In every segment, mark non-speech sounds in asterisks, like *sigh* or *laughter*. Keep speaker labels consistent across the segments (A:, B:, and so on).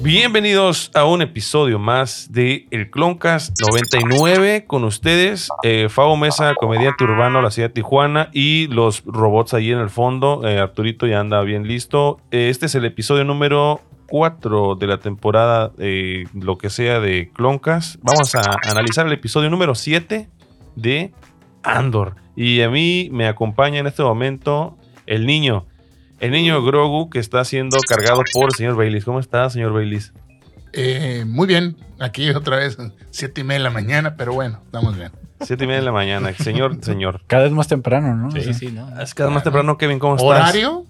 A: Bienvenidos a un episodio más de El Cloncast 99 con ustedes, eh, Fabo Mesa, comediante urbano de la ciudad de Tijuana y los robots ahí en el fondo. Eh, Arturito ya anda bien listo. Eh, este es el episodio número 4 de la temporada, eh, lo que sea de Cloncast. Vamos a analizar el episodio número 7 de Andor. Y a mí me acompaña en este momento el niño. El niño Grogu que está siendo cargado por el señor Baileys. ¿Cómo está, señor Baileys?
B: Eh, muy bien, aquí otra vez, siete y media de la mañana, pero bueno, estamos bien.
A: Siete y media de la mañana. Señor, señor.
C: Cada vez más temprano, ¿no? O sea,
D: ¿no?
A: Es que más temprano, Kevin, ¿cómo estás?
B: ¿Horario?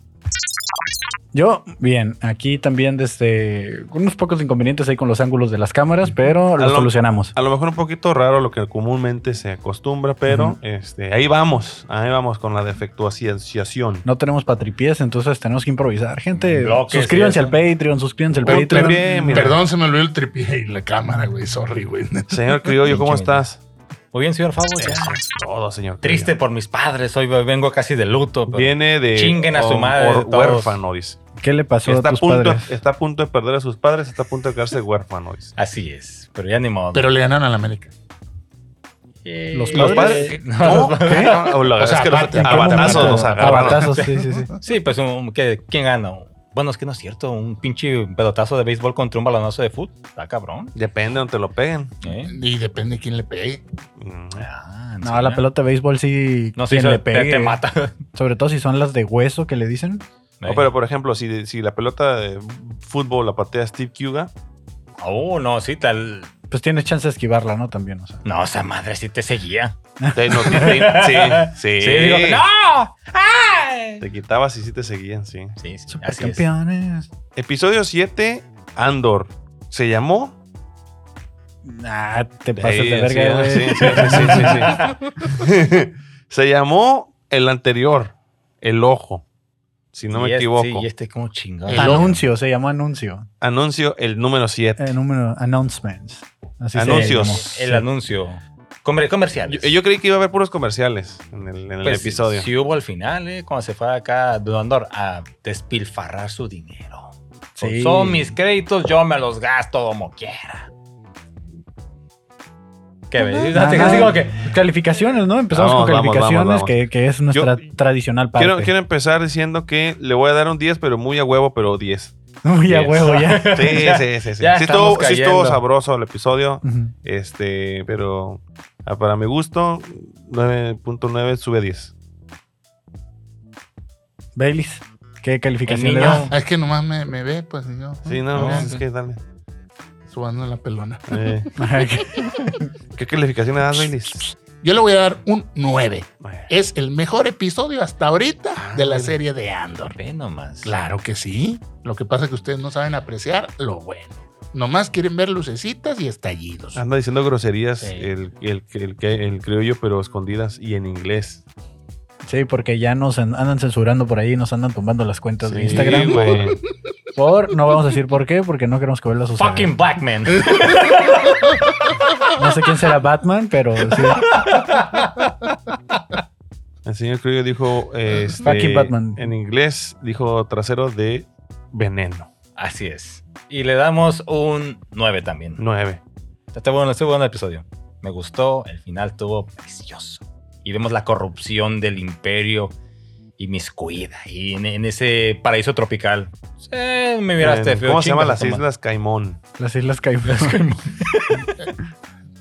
C: Yo, bien, aquí también desde unos pocos inconvenientes ahí con los ángulos de las cámaras, pero los
A: lo-
C: solucionamos.
A: A lo mejor un poquito raro lo que comúnmente se acostumbra, pero
C: Ujú.
A: este, ahí vamos. Ahí vamos con la
C: *laughs*
A: defectuación.
C: No tenemos patripies, entonces tenemos que improvisar. Gente,
A: Mm, Bloques y
C: suscríbanse
A: eso.
C: al Patreon, suscríbanse al
A: Pero
C: Patreon.
A: también, mira.
B: Perdón, se me olvidó el tripié y la cámara, güey, sorry, güey.
A: Señor Criollo, ¿cómo
D: Pinche
A: estás?
D: Muy bien, señor Favo. ya.
A: Todo, señor.
D: Triste
A: Criollo.
D: por mis padres. Hoy vengo casi de luto. pero-
A: Viene de.
D: Chinguen a su
A: hor-
D: madre
A: hor-
D: todos.
A: Huérfano, dice.
C: ¿Qué le pasó
A: Está
C: a
A: a,
C: tus
A: punto,
C: padres?
A: está a punto de perder a sus padres, está a punto de quedarse huérfano,
D: *laughs*
A: dice.
D: Así es. Pero ya ni modo.
B: Pero le ganaron a la América.
D: Eh,
C: los
A: Los *laughs* padres. ¿Cómo? ¿Qué? O lo-
B: O sea,
A: es que los-
B: aparte,
C: ¿En
A: a
C: qué
A: batazos
C: momento?
A: los
C: A
A: agarraron.
C: batazos, sí,
A: *laughs*
C: sí, sí.
D: Sí, pues un- ¿qué- ¿quién gana? Bueno, es que no es cierto. Un pinche pelotazo de béisbol contra un balonazo de fútbol. Está cabrón.
A: Depende donde te lo peguen.
D: ¿eh?
B: Y depende de quién le pegue.
A: Mm.
D: Ah,
C: No, la
D: ¿sí?
C: pelota de béisbol sí
D: No sé
C: quien
D: si
C: le
D: te,
C: pegue.
D: te mata.
C: Sobre todo si son las de hueso que le dicen.
A: *laughs* No, pero por ejemplo, si, si la pelota de fútbol la patea Steve Kuga,
D: *laughs* Oh, no, sí, tal.
C: Pues tienes chance de esquivarla, ¿no? También, o sea.
D: No, esa madre sí te seguía.
A: te, no- te- sí, sí,
D: Sí, digo, ¡No! ¡Ay!
A: te quitabas y sí te seguían, sí.
D: Sí, sí, así es.
C: Supercampeones.
A: Episodio 7, Andor. ¿Se llamó?
C: Ah, te pasas
A: Sí,
C: de verga,
A: sí,
C: güey.
A: sí, sí, sí, sí, sí. *laughs* Se llamó el anterior, El Ojo, si no
D: Y
A: me
D: es-
A: equivoco.
D: Sí, y este como chingado.
B: El ojo.
C: Anuncio, se llamó anuncio.
A: Anuncio el número 7.
C: Eh, número announcements. Así se
A: Anuncios.
C: llamó.
D: El
C: Sí.
D: anuncio. Comer- comerciales.
A: Yo, yo creí que iba a haber puros comerciales en el, en el
D: Pues,
A: episodio.
D: Sí hubo al final, ¿eh? Cuando se fue acá Don Andor a despilfarrar su dinero.
C: Sí.
D: Son mis créditos, yo me los gasto como quiera. ¿Qué me dices?
C: Ajá.
D: Así, así como que...
C: *laughs* Calificaciones, ¿no? Empezamos
A: Vamos,
C: con
A: vamos,
C: calificaciones,
A: vamos, vamos.
C: Que, que es nuestra
A: Yo-
C: tradicional parte.
A: Quiero,
C: *laughs*
A: quiero empezar diciendo que le voy a dar un 10, pero muy a huevo, pero 10.
C: Uy, a
D: Yes.
C: huevo, ya.
D: *laughs*
A: *laughs* Sí,
D: Ya-
A: sí, sí. sí.
D: ya
A: Sí
D: estamos
A: estuvo, sí estuvo
D: cayendo.
A: sabroso el episodio,
C: Ujú.
A: este, pero ah, para mi gusto, 9.9 sube a 10.
C: Baileys, ¿qué calificación
D: El
C: le
D: niño.
C: *laughs* das?
B: Ah, Es que nomás me, me ve, pues, y yo.
A: Sí, no,
B: Ah,
A: es que dale.
B: Subando la pelona.
A: Eh, ¿Qué calificación le das, Baileys?
B: Yo le voy a dar un 9.
A: Bueno,
B: Es el mejor episodio hasta ahorita de la
A: Ah,
B: serie de Andor.
D: Ve nomás.
B: Claro que sí. Lo que pasa es que ustedes no saben apreciar lo bueno. Nomás quieren ver lucecitas y estallidos.
A: Anda diciendo groserías
D: Sí.
A: el, el, el, el criollo, pero escondidas y en inglés.
C: Sí, porque ya nos an- andan censurando por ahí, nos andan tumbando las cuentas de
A: Sí,
C: Instagram.
A: güey.
D: *laughs*
C: Por, no vamos a decir por qué, porque no queremos que vuelva a suceder.
D: Fucking black man.
C: No sé quién será Batman, pero
D: *laughs*
C: sí.
A: El señor Criollo dijo eh, este,
C: Fucking Batman.
A: en inglés, dijo trasero de veneno.
D: *laughs* así es. Y le damos un 9 también.
A: 9.
D: Está bueno, estuvo bueno el episodio. Me gustó, el final estuvo precioso. Y vemos la corrupción del imperio y miscuida ahí en, en ese paraíso tropical. Sí, me miraste feo.
A: ¿Cómo se llaman
D: chingas
A: las
D: a tu madre.
A: islas Caimón?
C: Las Islas Caimán.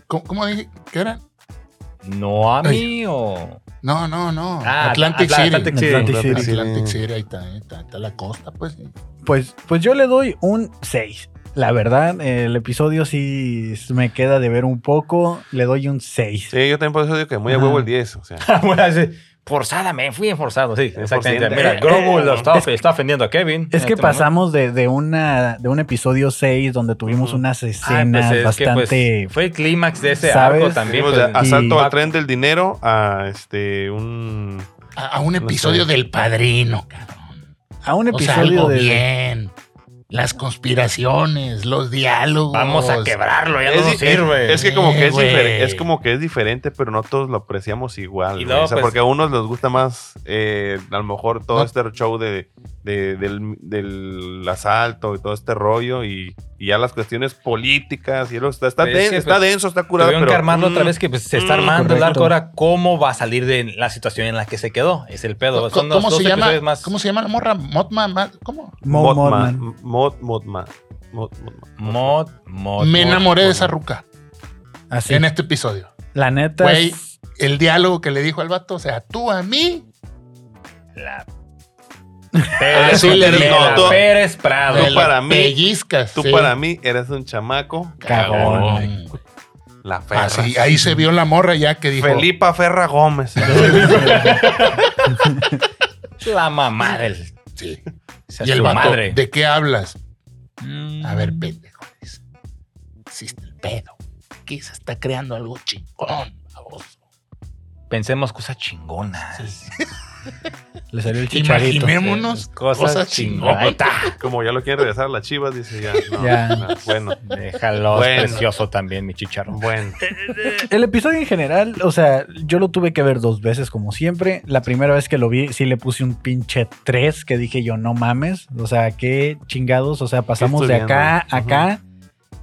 B: ¿Cómo, cómo dije? ¿Qué era?
D: *laughs* ¿No a mí o...?
B: No, no, no.
D: Ah,
B: Atlantic
D: Atla-
B: City.
D: Atlantic
B: Atlantic
D: City.
C: Atlantic City.
B: City.
A: City.
B: ahí está, ahí está, ahí está la costa, pues.
C: Pues, pues yo le doy un 6. La verdad, el episodio sí me queda de ver un poco. Le doy un 6.
A: Sí, yo también por eso digo que muy a
C: Ajá.
A: huevo el 10.
D: *laughs*
A: O sea,
D: *laughs* Bueno, sí, Forzadamente, fui forzado, sí,
A: Forzado.
D: exactamente.
A: Eh,
D: Mira,
A: eh,
D: Grogu lo está,
C: es-
D: está ofendiendo a
C: Es
D: Kevin. en
C: que
D: este momento.
C: pasamos de, de una, de un episodio 6 donde tuvimos
A: Ujú.
C: unas
D: Ah, pues,
C: escenas
D: es que, pues,
C: bastante...
D: fue el clímax de ese
C: ¿Sabes?
D: arco también.
A: venimos
D: pues,
A: de
D: ah,
A: asalto
C: y-
A: al tren del dinero a este un
B: A, a un
A: No sé.
B: episodio del padrino, cabrón.
C: a un
B: O sea,
C: episodio
B: algo
C: de...
B: bien. Las conspiraciones, los diálogos.
D: Vamos a quebrarlo, ya
A: Es
D: no
A: di-
D: nos sirve.
A: Es que como que es,
B: Eh, güey.
A: diferen- es como que es diferente, pero no todos lo apreciamos igual.
D: Y
A: güey.
D: luego,
A: O sea,
D: pues-
A: porque a unos les gusta más, eh, a lo mejor todo
B: No.
A: este show de, de- del, del asalto y todo este rollo y, y ya las cuestiones políticas y luego está, está,
D: Pero es
A: den-
D: que,
A: está
D: pues,
A: denso, está curado.
D: Tuvieron
A: Pero,
D: que armarlo otra
A: mm,
D: vez que pues, se está
A: mm,
D: armando el
C: correcto.
D: arco ahora. ¿Cómo va a salir de la situación en la que se quedó? Es el
B: ¿Cómo,
D: pedo. Son los
B: cómo
D: dos
B: se llama,
D: episodios más.
B: ¿Cómo se llama la morra? Motma, ma- ¿cómo?
C: Mo-
A: Mothman,
C: Mothman.
A: Mod- Mothman, Mod- Mothman.
D: Mod, mod,
B: Me
D: mod,
B: enamoré de
D: mod.
B: esa ruca
C: Así.
B: en este episodio.
C: La neta.
B: Güey,
C: es-
B: el diálogo que le dijo al vato, o sea, tú a mí, *laughs*
D: La... Pérez,
B: Así le digo,
D: Pérez-
A: tú-
D: Pérez Prado.
A: Tú
B: me la
A: para mí,
B: pellizcas.
A: Tú
B: sí.
A: para mí eres un chamaco.
C: Cagón.
A: La Ferra.
B: Así, Ah, ahí se vio la morra ya que dijo,
A: Felipa Ferra Gómez.
D: La mamá del...
B: sí.
D: sea,
B: Y el
D: su
B: vato,
D: madre.
B: ¿de qué hablas?
D: Mm.
B: A ver, pendejo. dice, Existe el pedo. Aquí se está creando algo chingón, baboso.
D: Pensemos cosas chingonas.
C: Le salió el chicharito.
B: Imaginémonos
D: Cosas,
B: cosas
D: chingonas.
B: chingonas.
A: Como ya lo quieren regresar a las chivas, dice ya. no,
C: Ya.
A: no, bueno,
D: Déjalo, es
A: Bueno.
D: precioso también, mi chicharro.
A: bueno.
C: El episodio en general, o sea, yo lo tuve que ver dos veces como siempre. La primera vez que lo vi, sí le puse un pinche 3 que dije yo, no mames. O sea, qué chingados. O sea, pasamos de
A: estoy
C: acá a
A: viendo?
C: acá.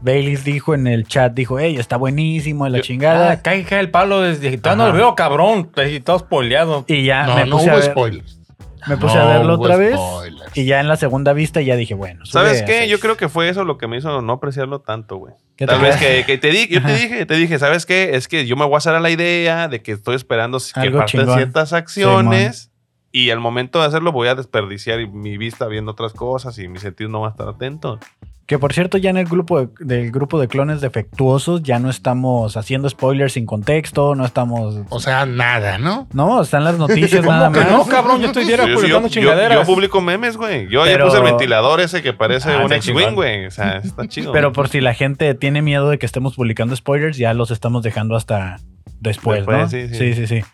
C: Bailey dijo en el chat, dijo, hey, está buenísimo, la
A: Yo-
C: chingada.
D: Ah,
B: ah,
D: acá hija el Pablo desde
C: Ajá.
D: no lo veo, cabrón. Desde todo spoileado.
C: Y ya
B: No,
C: me
B: no
C: puse, a,
B: hubo
C: ver-
B: spoilers.
C: me puse a
B: No
C: verlo
B: hubo
C: otra vez.
B: spoilers.
C: Y ya en la segunda vista ya dije, bueno. sube
A: ¿Sabes
C: a
A: qué?
C: seis.
A: Yo creo que fue eso lo que me hizo no apreciarlo tanto, güey.
C: ¿Qué te
A: Tal vez
C: crees?
A: que, que te di, yo te
C: Ajá.
A: dije, te dije, ¿sabes qué? Es que yo me voy a hacer a la idea de que estoy esperando que
C: Algo
A: parten
C: chingón.
A: ciertas acciones y al momento de hacerlo voy a desperdiciar mi vista viendo otras cosas y mi sentido no va a estar atento.
C: Que por cierto, ya en el grupo de- del grupo de clones defectuosos ya no estamos haciendo spoilers sin contexto, no estamos.
B: O sea, nada, ¿no?
C: No, están las noticias nada
D: que
C: más.
D: no, cabrón? Yo estoy diario
A: Sí, sí,
D: publicando
A: yo, yo-
D: chingaderas.
A: yo publico memes, güey. Yo ayer
C: Pero-
A: puse el ventilador ese que parece
D: Ah,
A: un
D: está
A: X-Wing,
D: chingón.
A: güey. O sea,
C: *laughs*
A: está chido.
C: Pero por si la gente tiene miedo de que estemos publicando spoilers, ya los estamos dejando hasta después, ¿no?
A: Después, sí, sí.
C: sí, sí.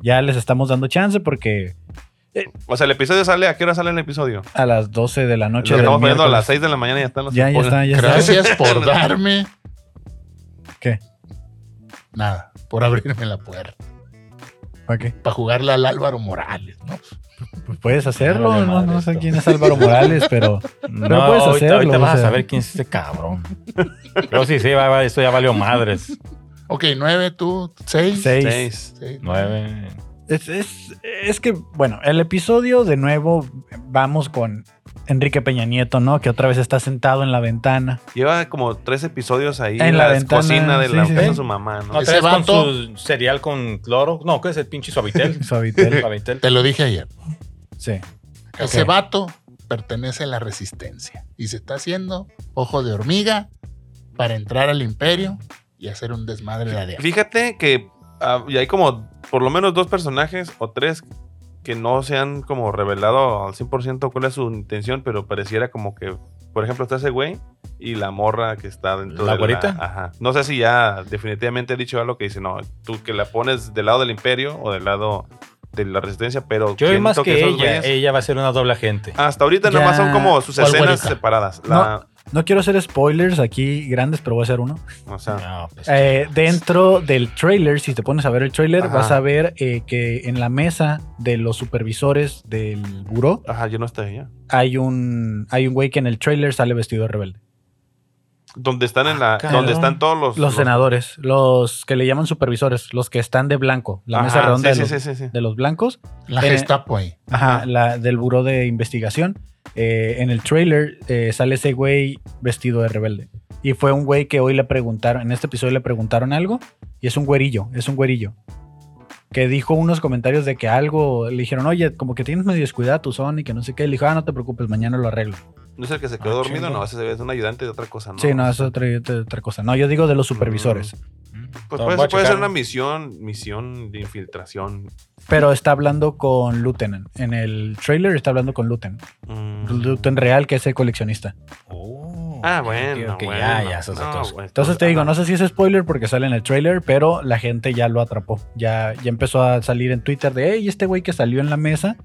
C: Ya les estamos dando chance porque
A: O sea, el episodio sale, ¿a qué hora sale el episodio?
C: a las 12 de la noche.
A: Lo
C: del
A: estamos poniendo a
C: miércoles-
A: las 6 de la mañana y ya están los
C: Ya, ya
A: spoilers.
C: está, ya está.
B: Gracias *laughs* por darme.
C: ¿Qué?
B: Nada, por abrirme la puerta.
C: ¿Para qué?
B: Para jugarle al Álvaro Morales, ¿no?
C: Pues puedes hacerlo,
D: Vale,
C: no,
D: madre,
C: no sé
D: esto.
C: quién es Álvaro Morales, pero
D: No,
C: Pero puedes
D: ahorita,
C: hacerlo,
D: ahorita
C: o
D: vas a
C: sea.
D: saber quién es este cabrón. Pero sí, sí, va- va, esto ya valió madres.
B: Ok, nueve, tú, seis.
C: 6.
A: Seis.
B: Seis.
D: Nueve.
C: Es, es- es que, bueno, el episodio de nuevo vamos con Enrique Peña Nieto, ¿no? Que otra vez está sentado en la ventana.
A: Lleva como tres episodios ahí
C: En
A: en
C: la
A: la,
C: ventana,
A: cocina de
C: sí,
A: la
C: sí,
A: casa
C: sí.
A: de su mamá, ¿no?
D: No,
B: Ese
D: traes con
B: vato-
D: su cereal con cloro. No, ¿qué es el pinche
A: *laughs*
D: suavitel?
C: Suavitel.
D: *laughs* Suavitel.
B: Te lo dije ayer.
C: Sí.
B: Ese vato pertenece a la resistencia y se está haciendo ojo de hormiga para entrar al imperio y hacer un desmadre de la de-
A: Fíjate que ah, y hay como por lo menos dos personajes o tres que no se han como revelado al 100% cuál es su intención, pero pareciera como que, por ejemplo, está ese güey y la morra que está dentro
D: ¿La
A: de
D: güerita?
A: Ajá. No sé si ya definitivamente ha dicho algo que dice, no, tú que la pones del lado del imperio o del lado de la resistencia, pero
D: Yo veo más
A: siento
D: que
A: esos
D: ella.
A: güeyes-
D: Ella va a ser una doble agente.
A: hasta ahorita
C: Ya.
A: nomás son como sus
B: ¿Cuál
A: escenas
B: güerita?
A: separadas. La,
C: No quiero hacer spoilers aquí grandes, pero voy a hacer uno.
A: O sea,
D: No, pues,
C: Eh, dentro del trailer, si te pones a ver el trailer,
A: Ajá.
C: vas a ver eh, que en la mesa de los supervisores del buró
A: ajá, yo no estoy ¿eh? allá.
C: hay un hay un güey que en el trailer sale vestido de rebelde.
A: Donde están en
D: Ah,
A: la,
D: cabrón.
A: donde están todos los,
C: Los senadores, los que le llaman supervisores, los que están de blanco, la mesa
A: Ajá,
C: redonda
A: sí,
C: de,
A: sí,
C: los,
A: sí, sí, sí.
C: de los blancos,
B: La
C: Eh,
B: Gestapo ahí.
C: Ajá, Ah, la del buró de investigación. Eh, en el trailer eh, sale ese güey vestido de rebelde. Y fue un güey que hoy le preguntaron, en este episodio le preguntaron algo, y es un güerillo, es un güerillo. Que dijo unos comentarios de que algo, le dijeron, oye, como que tienes medio descuidada tu zona y que no sé qué. Le dijo, ah, no te preocupes, mañana lo arreglo.
A: ¿No es el que se quedó
D: Ah,
A: dormido?
D: chinga.
A: No, ese es un ayudante de otra cosa, ¿no?
C: Sí, no, eso es otra, otra cosa. No, yo digo de los supervisores.
A: Pues
D: No,
A: puede,
D: voy a
A: puede ser
D: checar.
A: una misión, misión de infiltración.
C: Pero está hablando con Luten. En el trailer está hablando con Luten.
A: Mm.
C: Luten Real, que es el coleccionista.
D: Oh,
A: Ah,
D: ok,
A: bueno,
D: ok,
A: bueno.
D: Ya, ya, eso es
A: No,
D: otra cosa.
A: güey,
C: Entonces te
A: ah,
C: digo, no sé si es spoiler porque sale en el trailer, pero la gente ya lo atrapó. Ya, ya empezó a salir en Twitter de, hey, este güey que salió en la mesa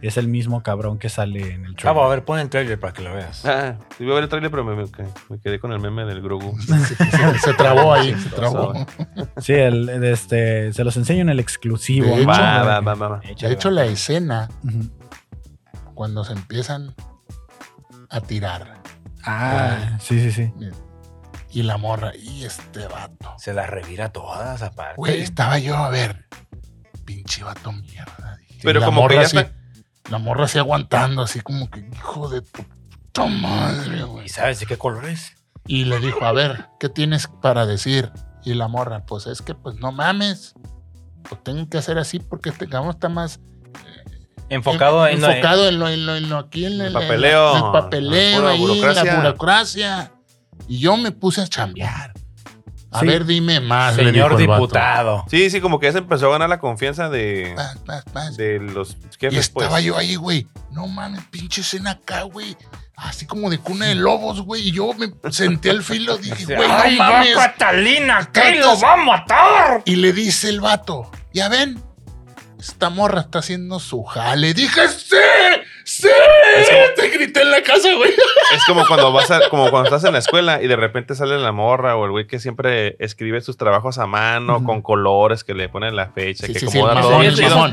C: es el mismo cabrón que sale en el
D: Ah,
C: trailer.
D: va, a ver, pon el trailer para que lo veas.
A: Ah, sí, voy a ver el trailer, pero me, me- me quedé con el meme del
C: *laughs*
A: Grogu.
B: Se, se- se trabó ahí, se trabó.
C: Sí, el, el, este, se los enseño en el exclusivo.
B: De hecho,
A: Va, va, va, va, va.
B: De hecho, la escena
C: Ujú.
B: cuando se empiezan a tirar
C: Ah, sí, sí, sí.
B: y la morra y este vato.
D: se las revira todas aparte.
B: Güey, estaba yo a ver. Pinche vato mierda. dije.
A: Pero
B: la
A: como que
B: morra
A: ya
B: así,
A: está-
B: La morra así aguantando, así como que hijo de tu puta madre, güey.
D: ¿Y sabes de qué color es?
B: Y le dijo, a ver, ¿qué tienes para decir? Y la morra, pues es que pues no mames. Lo tengo que hacer así porque este cabrón está más
D: Enfocado en,
B: enfocado en lo, en lo- en lo- aquí, en
A: El
B: en
A: papeleo,
B: en el papeleo,
A: la pura
B: ahí,
A: burocracia.
B: la burocracia. Y yo me puse a chambear. A
C: Sí.
B: ver, dime más. Ah, le dijo
D: señor
B: el vato.
D: diputado.
A: Sí, sí, como que ya se empezó a ganar la confianza de,
B: Paz, paz, paz.
A: de los
B: Y
A: jefes,
B: estaba
A: pues.
B: yo ahí, güey. No mames, pinche escena acá, güey. Así como de cuna de lobos, güey. Y yo me senté al filo, dije, güey, no mames.
D: Catalina!
B: que lo
D: va a matar!
B: Y le dice el vato, ya ven, esta morra está haciendo su jale. Dije, sí, sí. Te grité en la casa, güey.
A: Es como cuando vas a- como cuando estás en la escuela y de repente sale la morra o el güey que siempre escribe sus trabajos a mano
C: Ujú.
A: con colores que le ponen la fecha,
B: Sí,
A: que
B: sí, sí,
A: acomoda
B: el
A: todo.
B: mamón,
A: chido.
B: el
A: Y
B: mamón.
A: el,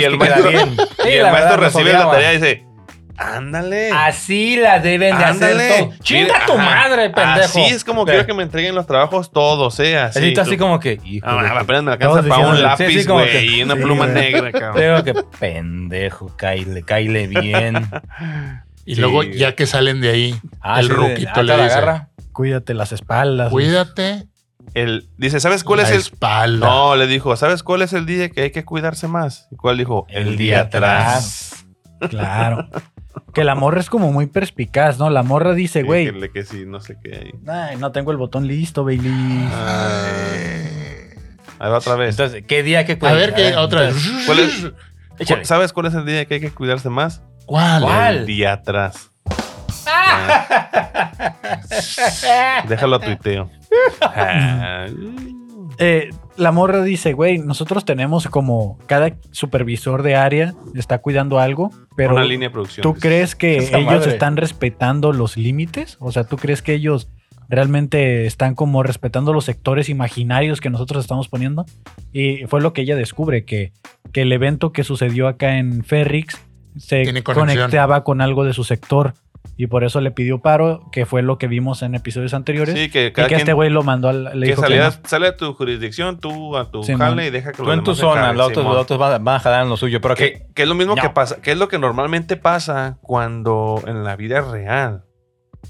A: *laughs* y el
D: que
A: maestro-
D: quedan bien. Sí,
A: y el
D: la
A: maestro
D: verdad, nos
A: recibe la
D: odiaban.
A: tarea y dice, ándale.
D: Así la deben de
A: Ándale.
D: hacer todos. ¡Chinga
A: Mira,
D: tu
A: ajá.
D: madre, pendejo!
A: Así es como quiero que me entreguen los trabajos todos, ¿eh? Así.
D: Así,
A: tú-
D: así como que... hijo
A: Ah,
D: de tu-
A: apenas me
D: Todos
A: alcanza para un
D: diciéndole, sí,
A: lápiz,
D: sí, como
A: güey,
D: que-
A: y una
C: sí,
A: pluma
C: güey.
A: negra, cabrón.
D: Creo que pendejo, caile, caile
A: *laughs*
D: bien.
B: Y
A: Sí.
B: luego, ya que salen de ahí,
D: Ah,
B: El
D: sí, de-
B: ruquito
D: ah, te
B: le
D: la
B: dice.
D: agarra.
C: Cuídate las espaldas.
B: cuídate
A: El- dice, ¿sabes cuál es
B: la
A: el...?
B: espalda.
A: No, le dijo, ¿sabes cuál es el día que hay que cuidarse más? ¿Y cuál dijo?
D: El día atrás.
C: Claro. Que la morra es como muy perspicaz, ¿no? La morra dice,
A: Sí,
C: güey,
A: que le- que sí, no sé qué. ahí.
C: ay, no tengo el botón listo, Bailey.
A: Ah,
B: Eh,
A: ahí va otra vez.
D: Entonces, ¿qué día que
B: a ver, que otra vez.
A: ¿Cuál es?
D: Échale.
A: ¿Cu- ¿Sabes cuál es el día que hay que cuidarse más?
B: ¿Cuál?
D: ¿Cuál?
A: El día atrás.
D: Eh.
A: Ah. Déjalo a *laughs* tuiteo. Ah.
C: Eh, la morra dice, güey, nosotros tenemos como cada supervisor de área está cuidando algo, pero
A: Una línea de producción.
C: ¿tú
A: dice.
C: crees que
D: Esa
C: ellos
D: madre.
C: están respetando los límites? O sea, ¿tú crees que ellos realmente están como respetando los sectores imaginarios que nosotros estamos poniendo? Y fue lo que ella descubre, que, que el evento que sucedió acá en Ferrix se
B: Tiene conexión.
C: conectaba con algo de su sector. Y por eso le pidió paro, que fue lo que vimos en episodios anteriores.
A: Sí, que
C: y que
A: cada quien
C: este güey lo mandó al. Le
A: que
C: dijo que
A: salía,
C: no.
A: sale a tu jurisdicción, tú a tu
C: Simón.
A: jale y deja que
D: Tú
A: los
D: en tu
A: demás se
D: zona,
A: encarguen,
D: los otros,
A: Simón.
D: los otros van, van a jalar en lo suyo, pero que
A: que, que es lo mismo
D: No.
A: que pasa, que es lo que normalmente pasa cuando en la vida real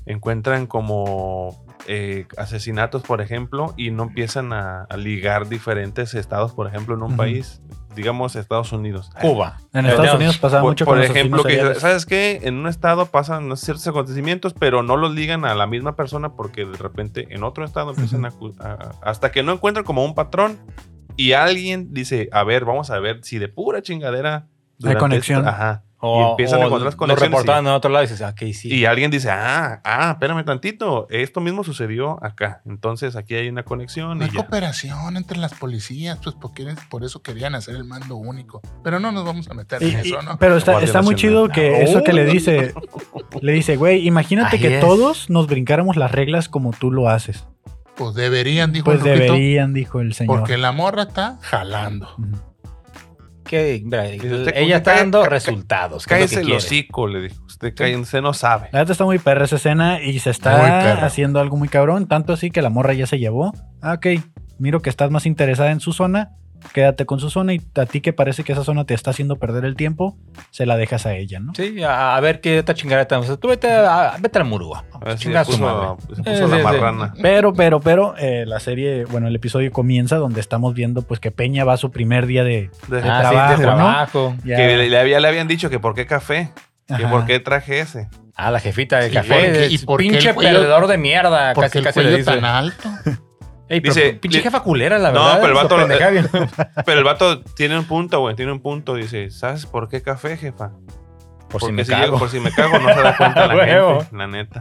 A: encuentran como eh, asesinatos, por ejemplo, y no empiezan a, a ligar diferentes estados, por ejemplo, en un
C: Ujú.
A: país, digamos Estados Unidos.
D: Cuba. Este,
C: En Estados
D: Pero-
C: Unidos pasaba
A: Por,
C: mucho
A: por
C: con los
A: ejemplo,
C: asesinos
A: que
C: seriales.
A: sabes que en un estado pasan unos ciertos acontecimientos, pero no los ligan a la misma persona porque de repente en otro estado empiezan a cu- a, hasta que no encuentran como un patrón y alguien dice, a ver, vamos a ver si de pura chingadera durante
C: conexión.
A: esta- ajá.
D: O,
A: y empiezan a
D: o
A: encontrar las
D: Lo
A: conexiones.
D: reportaban en otro lado y dices, ah, ¿qué
A: Y,
D: hiciste?
A: y alguien dice, ah, ah, espérame tantito, esto mismo sucedió acá, entonces aquí hay una conexión
B: No
A: y
B: hay
A: ya.
B: cooperación entre las policías, pues porque es- por eso querían hacer el mando único. Pero no nos vamos a meter
C: Y-
B: en
C: y-
B: "Ah, eso, ¿no?
C: pero está,
A: Guardia
C: está muy
A: Nacional.
C: chido que eso que le dice, le dice, güey, imagínate
D: Ahí
C: que
D: es.
C: todos nos brincáramos las reglas como tú lo haces.
B: Pues deberían, dijo
C: Pues
B: el Lupito,
C: deberían, dijo el señor.
B: porque la morra está jalando.
C: Ujú.
D: Que, mira,
A: usted,
D: ella está
A: ca-
D: dando
A: ca-
D: resultados. que es lo que
A: Cállese el
D: quiere.
A: hocico, le dijo. Usted cállense, no sabe.
C: La neta está muy perra esa escena y se
B: Muy
C: está
B: perra.
C: haciendo algo muy cabrón, tanto así que la morra ya se llevó. Ah, ok, miro que estás más interesada en su zona, quédate con su zona y a ti que parece que esa zona te está haciendo perder el tiempo, se la dejas a ella, ¿no?
D: Sí, a, a ver qué otra chingada estamos. Tú vete, a, vete al Murúa.
A: A ver si le
D: Ah, Chinga a su madre.
A: puso, se puso
D: Eh,
A: la
D: sí, sí.
A: marrana.
C: Pero, pero, pero, eh, la serie, bueno, el episodio comienza donde estamos viendo pues que Peña va a su primer día de...
A: De-
C: Ah,
D: sí,
C: trabajo,
D: de
C: ¿no?
D: trabajo.
C: ya-
A: Que le, le había- le habían dicho que por qué café, que
C: Ajá.
A: por qué traje ese.
D: Ah, la jefita de
B: ¿Y
D: café.
B: por qué-
D: es
B: y por qué
D: pinche
B: el cuello-
D: perdedor de mierda.
B: Porque
D: Casi,
B: el
D: casi le
B: cuello
D: dice.
B: tan *laughs* alto.
D: Ey, pero
A: Dice-
D: tu pinche
A: le-
D: jefa culera, la
A: No,
D: verdad.
A: pero el vato- eh, *laughs*
D: esa pendeja bien-
A: Pero el vato tiene un punto, güey, tiene un punto. Dice, ¿sabes por qué café, jefa?
D: Por si
A: Porque
D: me
A: llego-
D: cago.
A: por si me cago, no se da
D: *laughs*
A: cuenta la
D: Huevo.
A: gente, la neta.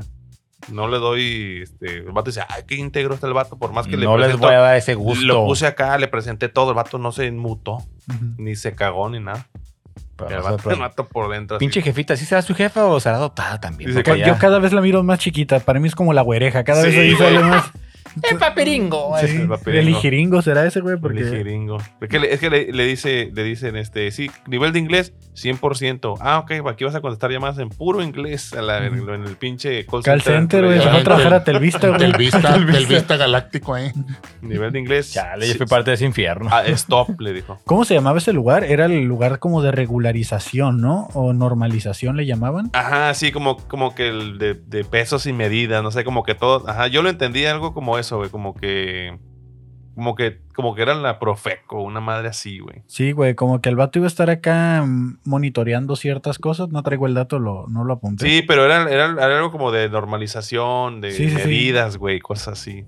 A: No le doy, este, el vato dice, ay, qué íntegro está el vato, por más que le
D: No les
A: presento-
D: voy a dar ese gusto.
A: Lo puse acá, le presenté todo, el vato no se inmutó,
C: Ujú.
A: ni se cagó, ni nada.
D: Pero
A: El
D: no se
A: vato,
D: puede.
A: el vato por dentro. así.
D: Pinche jefita, ¿sí será su jefa o será adoptada también?
A: Dice,
D: Porque
A: "Ca-
D: ya-
C: Yo cada vez la miro más chiquita. Para mí es como la güereja. Cada vez
A: Sí,
C: ahí sale
A: güey.
C: más.
D: ¡Eh, papiringo!
A: Sí,
C: Sí,
A: el papel,
C: El
A: ¿no?
C: hijiringo será ese, güey,
A: Porque...
C: porque
A: Es que, le, es que le, le dice, le dicen, este, sí, nivel de inglés, 100%. Ah, ok, aquí vas a contestar llamadas en puro inglés a la- en, el pinche call
C: call center, güey.
A: Ya,
C: Se va a
B: Obviamente.
C: trabajar a Telvista, güey. *laughs*
B: Telvista,
C: Telvista.
B: Telvista galáctico, ¿eh?
A: Nivel de inglés.
D: Chale, yo
A: sí,
D: fui parte de ese infierno.
A: *laughs* ah, stop, le dijo.
C: ¿Cómo se llamaba ese lugar? Era el lugar como de regularización, ¿no? O normalización le llamaban.
A: Ajá, sí, como, como que el de, de pesos y medidas, no sé, como que todo. Ajá, yo lo entendí algo como eso, güey, como que. Como que, como que era la Profeco, una madre así, güey.
C: Sí, güey, como que el vato iba a estar acá mm, monitoreando ciertas cosas. No traigo el dato, lo, no lo apunté.
A: Sí, pero era, era, era algo como de normalización, de
C: Sí, sí, sí.
A: medidas, güey, cosas así.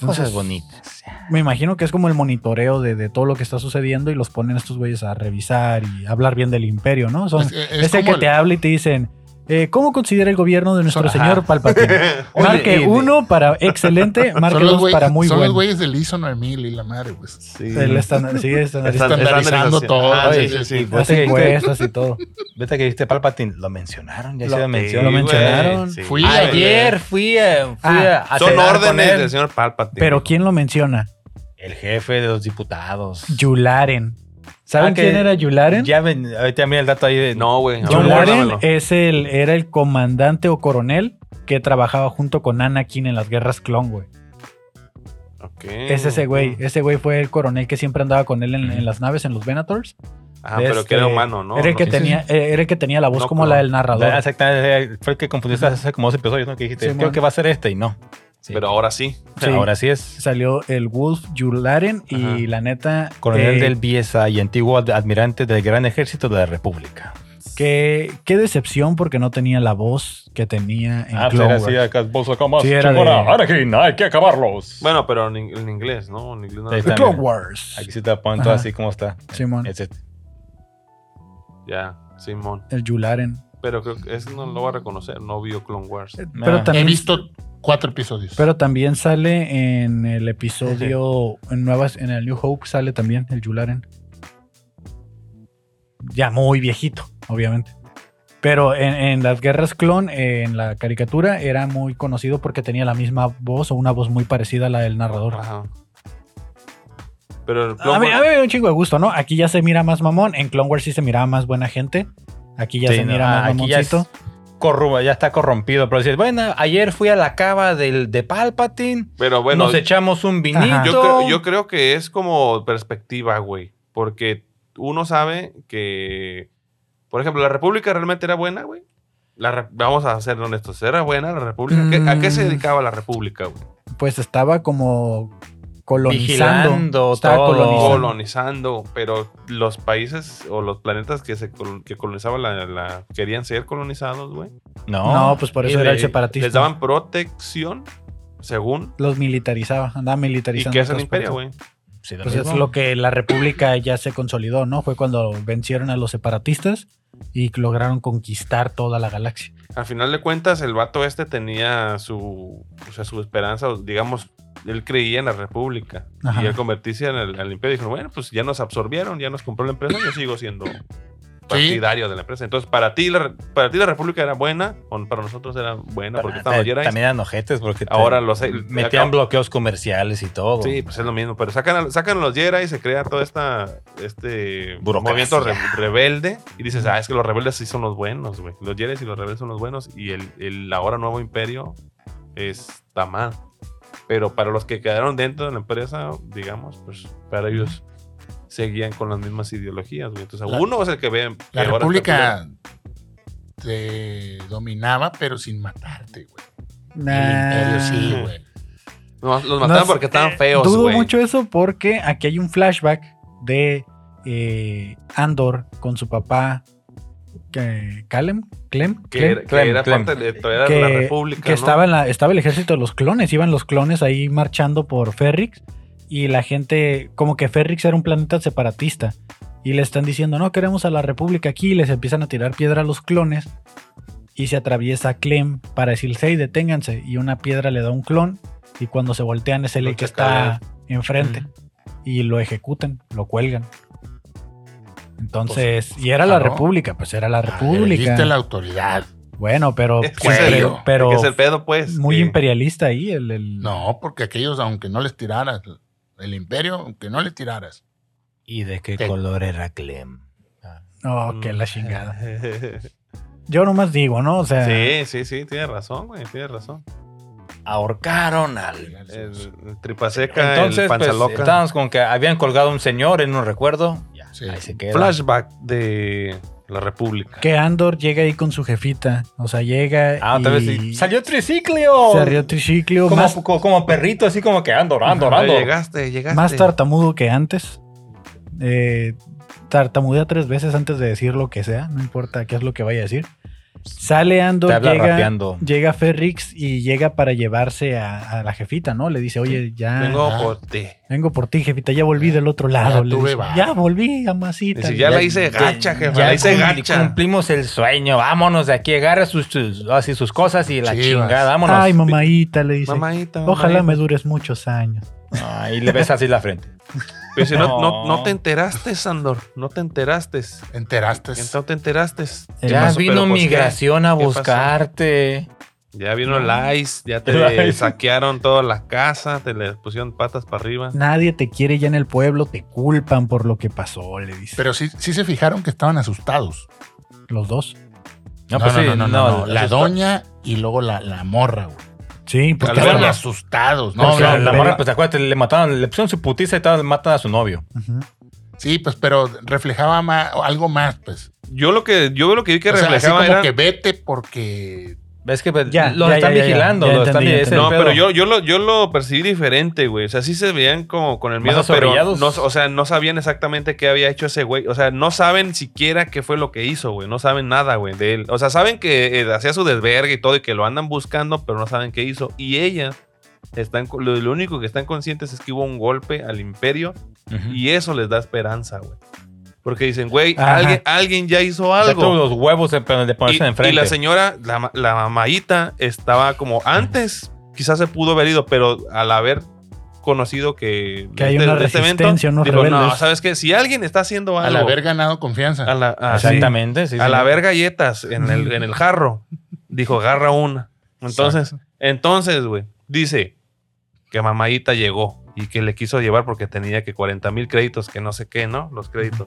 D: Cosas bonitas.
C: Me imagino que es como el monitoreo de, de todo lo que está sucediendo y los ponen estos güeyes a revisar y hablar bien del imperio, ¿no? Son,
B: Es-
C: ese
B: es- es
C: que
B: como el-
C: te habla y te dicen, eh, ¿cómo considera el gobierno de nuestro
B: Son-
C: señor
B: *laughs*
C: Palpatine?
D: Oye, y
C: Marque
D: de-
C: uno para excelente, marque
B: Son los
C: dos
B: güey-
C: para muy
B: son los
C: bueno.
B: güeyes del ISO 9000 y la madre, pues.
A: Sí.
C: El estándar- sí, estandarizado.
B: Estandarizando todo.
A: Ah, sí,
D: Oye,
A: sí, sí.
D: y
C: Hace
D: Vete que dijiste-
C: encuestas y
B: *laughs*
C: todo.
D: vete que dijiste Palpatine, lo mencionaron, ya
C: Lo-
D: se lo
A: Sí,
D: mencionaron.
C: lo
A: güey,
C: mencionaron.
A: sí.
B: Fui
A: Ah,
D: Ayer fui a. fui
C: Ah,
D: a- a
A: Son
D: cenar con
A: órdenes
D: él.
A: del señor Palpatine.
C: Pero ¿quién lo menciona?
D: El jefe de los diputados.
C: Yularen. ¿Saben
D: Ah, que-
C: quién era Yularen?
D: Ya ven, ahorita mira el dato ahí de.
A: No, güey. a ver,
C: John Warren
A: guárdamelo.
C: es el, era el comandante o coronel que trabajaba junto con Anakin en las guerras clon, güey.
A: Ok.
C: Es ese güey. Ese güey fue el coronel que siempre andaba con él en, en las naves, en los Venators.
A: Ajá, Ah, pero
C: Este,
A: que era humano, ¿no?
C: Era el que,
A: No, sí,
C: tenía, eh, era el que tenía la voz
A: No,
C: como
A: pero-
C: la del narrador.
D: Ah, Exactamente, fue el que confundiste hace como dos episodios, ¿no? Que dijiste,
C: Simón.
D: creo que va a ser este y no.
A: sí. Pero ahora sí.
C: Sí.
D: Ahora sí es.
C: Salió el Wolf Yularen y
A: Ajá.
C: la neta.
D: Coronel
C: eh,
D: del Biesa y antiguo ad- admirante del Gran Ejército de la República.
C: Qué, qué decepción porque no tenía la voz que tenía en
D: Ah, pues
C: Clone
D: era
C: Wars.
D: así, acá, vos acá más,
C: Sí, era
D: chingona,
C: de-
D: Anakin, hay que acabarlos.
A: Bueno, pero en, ing- en inglés, ¿no? En inglés no.
D: Ahí
C: The
D: está.
C: Clone Wars.
D: Aquí sí te ponen todo
C: Ajá.
D: así como está.
C: Simón.
D: Etcétera.
A: Ya, Simón.
C: El Yularen. Eh,
A: Pero creo que ese no lo va a reconocer. No vio Clone Wars.
C: Pero
D: Ah.
B: He
C: también
B: visto cuatro episodios.
C: Pero también sale en el episodio en nuevas en el New Hope sale también el Yularen. Ya muy viejito, obviamente. Pero en, en las guerras clon, eh, en la caricatura, era muy conocido porque tenía la misma voz o una voz muy parecida a la del narrador.
A: Ajá. Pero el Clone
C: A mí,
A: Wars-
C: a mí me dio un chingo de gusto, ¿no? Aquí ya se mira más mamón. En Clone Wars sí se miraba más buena gente. Aquí ya
D: Sí,
C: se
D: no,
C: mira
D: ah,
C: más
D: aquí ya es
C: mamoncito.
D: corru- ya está corrompido. Pero dices, bueno, ayer fui a la cava del, de Palpatine,
A: Pero bueno,
D: nos echamos un vinito.
C: Ajá.
A: yo, creo, yo creo que es como perspectiva, güey. Porque uno sabe que, por ejemplo, la República realmente era buena, güey. La re- Vamos a ser honestos. ¿Era buena la República? ¿Qué- ¿A qué se
C: Mm.
A: dedicaba la República, güey?
C: Pues estaba como colonizando.
D: Vigilando
C: Estaba
D: todo.
C: colonizando.
A: colonizando, pero los países o los planetas que se col- que colonizaban la, la- querían ser colonizados, güey.
D: No,
C: No, pues por eso
D: Y
C: era
D: le-
C: el separatista.
A: Les daban protección, según
C: los militarizaba, andaba
A: y
C: militarizando.
A: que es el
C: otros
A: imperio,
C: países.
A: güey.
D: Sí, lo
C: Pues
D: mismo.
C: es lo que la República ya se consolidó, ¿no? Fue cuando vencieron a los separatistas y lograron conquistar toda la galaxia.
A: Al final de cuentas, el vato este tenía su, o sea, su esperanza, o digamos, él creía en la república
C: Ajá.
A: y al convertirse en el, al imperio dijeron, bueno, pues ya nos absorbieron, ya nos compró la empresa, yo sigo siendo partidario de la empresa. Entonces, para ti la, re- para ti la república era buena, o para nosotros era buena porque
D: Ah,
A: estaban los
D: ta-
A: Jedi.
D: También eran ojetes porque te-
A: Ahora los
D: metían bloqueos comerciales y todo.
A: Sí, pues es lo mismo, pero sacan, a- sacan a los Jedi y se crea todo esta, este
D: Burocracia.
A: movimiento re- rebelde y dices, ah, es que los rebeldes sí son los buenos, güey. Los Jedi y los rebeldes son los buenos y el, el ahora nuevo imperio está mal. Pero para los que quedaron dentro de la empresa, digamos, pues para ellos seguían con las mismas ideologías, güey. Entonces
B: La-
A: uno es el que ve... que
B: la
A: ahora está culero.
B: República te dominaba, pero sin matarte, güey. El imperio sí, güey. Ah,
A: No, los mataron
C: No,
A: porque estaban feos,
C: Dudo
A: güey.
C: mucho eso porque aquí hay un flashback de eh, Andor con su papá, que, Calem, Clem,
A: Que,
C: Clem,
A: era- que
D: Clem,
A: era
D: Clem.
A: parte de era
C: que,
A: la República,
C: que
A: ¿no?
C: estaba, en la- estaba el ejército de los clones, iban los clones ahí marchando por Ferrix y la gente, como que Ferrix era un planeta separatista y le están diciendo, no, queremos a la República aquí y les empiezan a tirar piedra a los clones y se atraviesa Clem para decirles, hey, deténganse y una piedra le da a un clon y cuando se voltean es el
A: Lo
C: que
A: chacarean.
C: está enfrente y lo ejecutan, lo cuelgan. Entonces, y era la
B: claro.
C: República, pues
A: Ah,
C: era la República.
B: Agrediste a la autoridad.
C: Bueno, pero, pues,
A: Es que
B: Güey,
A: es el-
C: pero, pero
A: es que es el pedo, pues.
C: muy
A: Sí.
C: imperialista ahí el, el-
B: No, porque aquellos, aunque no les tiraras, el imperio, aunque no les tiraras.
D: ¿Y de qué
B: Sí.
D: color era Clem? Ah,
C: Oh, que
A: Mm.
C: la
D: *laughs*
C: chingada. Yo nomás digo, ¿no? O sea,
A: Sí, sí, sí, tienes razón, güey, tienes razón.
D: Ahorcaron al.
A: El, el tripaseca,
D: Entonces,
A: el panza
D: pues,
A: loca.
D: estábamos con que habían colgado a un señor en un recuerdo. Ya,
B: Sí.
D: Ahí se queda.
A: Flashback de la República.
C: que Andor llega ahí con su jefita. O sea, llega.
A: Ah, tal vez
C: y-
A: sí.
D: ¡Salió triciclio!
C: Salió triciclio.
D: como,
C: Más,
D: co- como perrito, así como que ando, ando,
A: Ah,
D: ando.
A: llegaste, llegaste.
C: más tartamudo que antes. Eh, tartamudea tres veces antes de decir lo que sea. No importa qué es lo que vaya a decir. Sale
D: Te
C: Andor,
D: habla
C: llega,
D: rapeando.
C: llega Ferrix y llega para llevarse a, a la jefita, ¿no? Le dice, oye, ya.
A: Vengo
B: Ah.
A: por ti.
C: Vengo por ti, jefita, ya volví del otro lado. le
B: tuve
C: dice.
B: va.
C: ya volví, amasita.
A: Dice, ya la hice gacha, jefa,
D: Ya
A: la hice
D: cumpli-
A: gacha.
D: Cumplimos el sueño. Vámonos de aquí. Agarra sus, sus- así sus cosas y la
B: Chivas.
D: chingada. Vámonos.
C: Ay, mamaita, le dice.
A: Mamadita,
C: Ojalá me
A: mamadita.
C: dures muchos años.
D: Ah, y le ves así la frente.
A: Pero Pues, si no, no,
D: No.
A: no te enteraste, Sandor. No te enteraste.
B: Te enteraste.
D: Pues,
A: Entonces te enteraste.
C: Eh,
D: Ya
A: pasó?
D: vino
A: ¿Pero por qué?
D: migración a
A: ¿Qué pasó?
D: buscarte.
A: Ya vino el ICE, ya te
D: El
A: saquearon toda la casa, te le pusieron patas para arriba.
C: Nadie te quiere ya en el pueblo, te culpan por lo que pasó, le dice.
B: Pero sí, sí se fijaron que estaban asustados.
C: Los dos.
B: No,
D: pues
B: no, no, no, no, no. La
D: asusta-
B: doña y luego la, la morra, güey.
C: Sí, pues
A: A
C: porque
A: la
B: Estaban
A: verga.
B: asustados.
D: No,
B: No,
D: o sea,
B: No,
D: la
B: no.
D: morra, pues acuérdate, le mataron, le pusieron su putiza y tal, matan a su novio.
C: Ujú.
B: Sí, pues, pero reflejaba ma- algo más, pues.
A: Yo lo que, yo lo que vi que
B: O sea, así
A: reflejaba
B: como
A: era.
B: que vete porque
D: Es que pues,
C: Ya,
D: lo
C: ya,
D: están
C: ya, ya, ya.
D: vigilando,
C: Ya
D: lo están
C: entendí, ya
D: es el
C: entendí.
A: No,
D: pedo.
A: pero yo, yo, lo, yo lo percibí diferente, güey. O sea, sí se veían como con el miedo,
D: Más
A: pero
D: azorrillados.
A: no, o sea, no sabían exactamente qué había hecho ese güey. O sea, no saben siquiera qué fue lo que hizo, güey. No saben nada, güey, de él. O sea, saben que eh, hacía su desvergue y todo y que lo andan buscando, pero no saben qué hizo. Y ellas están, co- lo, lo único que están conscientes es que hubo un golpe al imperio
D: Ujú.
A: y eso les da esperanza, güey. Porque dicen, güey,
C: Ajá.
A: alguien, alguien ya hizo
D: Ya
A: algo.
D: tuvo los huevos de, de ponerse
A: Y-
D: enfrente.
A: Y la señora, la, ma- la mamadita, estaba como antes, quizás se pudo haber ido, pero al haber conocido que, este,
C: Que hay una resistencia, unos
A: dijo, no,
C: rebeldes".
A: sabes que si alguien está haciendo algo
B: al haber ganado confianza.
A: a la, ah, sí,
D: Exactamente, sí,
A: al
D: sí.
A: haber galletas en el, en el jarro, dijo, agarra una. Entonces, entonces, güey, dice que mamadita llegó y que le quiso llevar porque tenía que 40 mil créditos, que no sé qué, ¿no? Los créditos.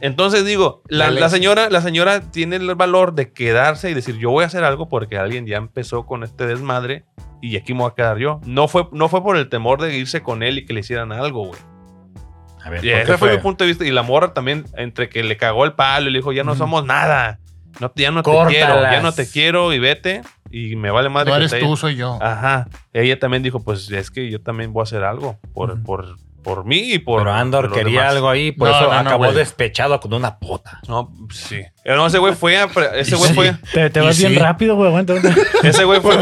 A: Entonces digo, la,
B: Dale.
A: la señora, la señora tiene el valor de quedarse y decir, yo voy a hacer algo porque alguien ya empezó con este desmadre y aquí me voy a quedar yo. No fue, no fue por el temor de irse con él y que le hicieran algo, güey.
D: A ver,
A: Y
D: ¿por qué
A: Eh, ese fue,
D: fue?
A: mi punto de vista. Y la morra también, entre que le cagó el palo y le dijo, ya no
C: Ujú.
A: somos nada. No, ya no
D: Córtalas.
A: te quiero, ya no te quiero y vete. Y me vale madre
B: no
A: que
B: eres
A: te- Ah.
B: tú, soy yo.
A: Ajá. Ella también dijo, pues es que yo también voy a hacer algo por,
C: Ujú.
A: por, por mí y por.
D: Pero Andor
A: por los
D: quería
A: demás.
D: algo ahí, por
B: No,
D: eso
B: no, no,
D: acabó
B: güey.
D: despechado con una pota.
A: No, sí. Eh, No, ese güey fue. a- Ese güey
B: Sí.
A: fue.
C: Te, te
B: Y
C: vas bien
B: sí.
C: rápido, güey. aguanta, aguanta.
A: *laughs* Ese güey fue.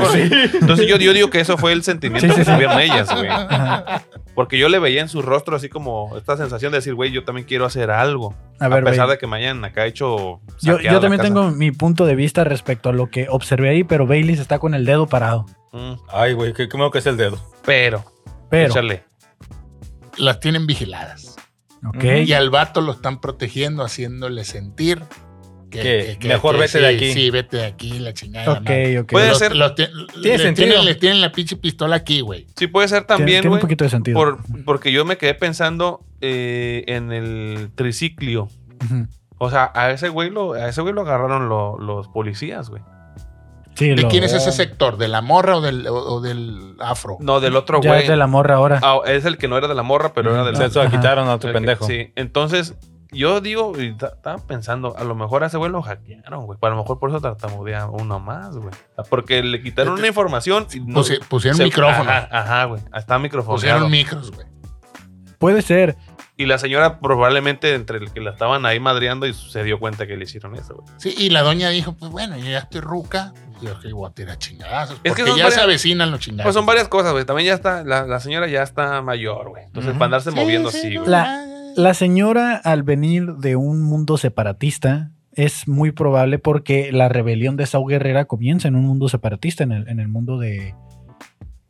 A: Entonces yo, yo digo que eso fue el sentimiento
C: Sí, sí,
A: que
C: sí.
A: tuvieron ellas, güey.
C: Ajá.
A: Porque yo le veía en su rostro así como esta sensación de decir, güey, yo también quiero hacer algo.
C: A
A: A,
C: ver,
A: pesar
C: Bailey.
A: de que mañana acá he hecho.
C: Yo,
A: saqueada
C: yo
A: la
C: también
A: casa.
C: tengo mi punto de vista respecto a lo que observé ahí, pero Bailey está con el dedo parado.
A: Mm,
D: Ay, güey, qué qué malo que es el dedo.
A: pero,
C: Pero,
A: échale.
B: Las tienen vigiladas.
C: ok.
D: Ujú.
B: Y al vato lo están protegiendo, haciéndole sentir que,
D: Que mejor vete
B: sí,
D: de aquí.
B: Sí, vete de aquí, la chingada.
C: Ok,
B: madre.
C: ok.
A: Puede
B: Lo-
A: ser-
B: lo ti- le,
D: sentido.
B: tienen, le tienen la pinche pistola aquí, güey.
A: Sí, puede ser
C: Tiene-
A: también,
C: tiene un
A: güey.
C: poquito de sentido.
A: por- porque yo me quedé pensando eh, en el triciclio.
C: Ujú.
A: O sea, a ese güey lo, a ese güey lo agarraron lo- los policías, güey.
C: Sí,
B: ¿De
C: lo-
B: quién es ese sector? ¿De la morra o del, o- o del afro?
A: No, del otro
C: Ya
A: güey.
C: es de la morra ahora.
A: Ah, es el que no era de la morra, pero era del
D: Se lo
C: Ajá.
D: quitaron a otro
A: El que-
D: pendejo.
A: Sí, entonces yo digo, y ta- estaba pensando, a lo mejor a ese güey lo hackearon, güey. A lo mejor por eso tartamudea uno más, güey. Porque le quitaron una información. y no-
B: Pusi- Eh, pusieron
A: se-
B: micrófono.
A: Ajá, ajá, güey. Está microfoneado.
B: Pusieron micros, güey.
C: Puede ser.
A: Y la señora probablemente entre el que la estaban ahí madreando y se dio cuenta que le hicieron eso, güey.
B: Sí, y la doña dijo, pues bueno, yo ya estoy ruca. Y yo que voy a tirar chingadazos.
A: que
B: porque
A: son
B: ya se
A: varias-
B: avecinan los chingadazos.
A: Pues son varias cosas, güey. También ya está, la, la señora ya está mayor, güey. Entonces,
D: Ujú.
A: para andarse
B: Sí,
A: moviendo
B: sí,
A: así,
B: no,
A: güey.
C: La-
B: ya.
C: La señora, al venir de un mundo separatista, es muy probable porque la rebelión de Sau Guerrera comienza en un mundo separatista, en el, en el mundo de.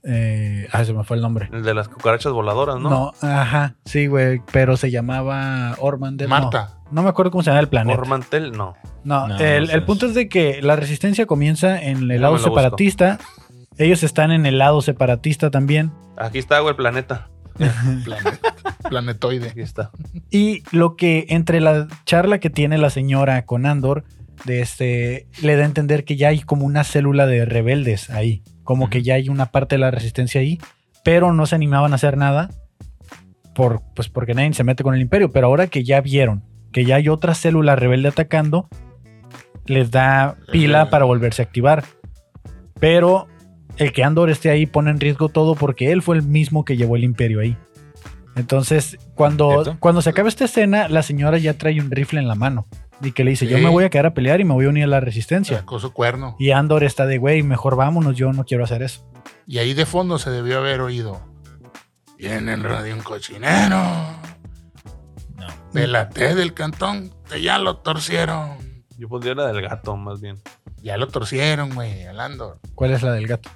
C: eh, ah, se me fue el nombre.
A: El de las cucarachas voladoras,
C: No,
A: ¿no?
C: ajá, sí, güey, pero se llamaba Ormandel. no.
B: Marta.
C: No, me acuerdo cómo se llamaba el planeta.
A: Ormantel, no.
C: No,
D: No,
C: el,
D: no
C: el
D: sé.
C: punto es de que la resistencia comienza en el
A: lo
C: lado
A: busco.
C: separatista. Ellos están en el lado separatista también.
A: Aquí está, güey, el planeta.
B: Planet- *laughs* planetoide.
A: Aquí está.
C: Y lo que entre la charla que tiene la señora con Andor, de este, le da a entender que ya hay como una célula de rebeldes ahí, como que ya hay una parte de la resistencia ahí, pero no se animaban a hacer nada, por, pues porque nadie se mete con el imperio, pero ahora que ya vieron que ya hay otra célula rebelde atacando, les da pila
B: Ajá.
C: para volverse a activar. Pero el que Andor esté ahí pone en riesgo todo porque él fue el mismo que llevó el imperio ahí. Entonces, cuando,
D: ¿Cierto?
C: cuando se acaba esta escena, la señora ya trae un rifle en la mano y que le dice, yo
B: Sí.
C: me voy a quedar a pelear y me voy a unir a la resistencia.
B: Sacó su cuerno.
C: Y Andor está de, güey, mejor vámonos, yo no quiero hacer eso.
B: Y ahí de fondo se debió haber oído. Viene el radio un cochinero.
D: No.
B: De la T del cantón. Te ya lo torcieron.
A: Yo pondría la del gato, más bien.
B: Ya lo torcieron, güey, hablando.
C: ¿Cuál es la del gato?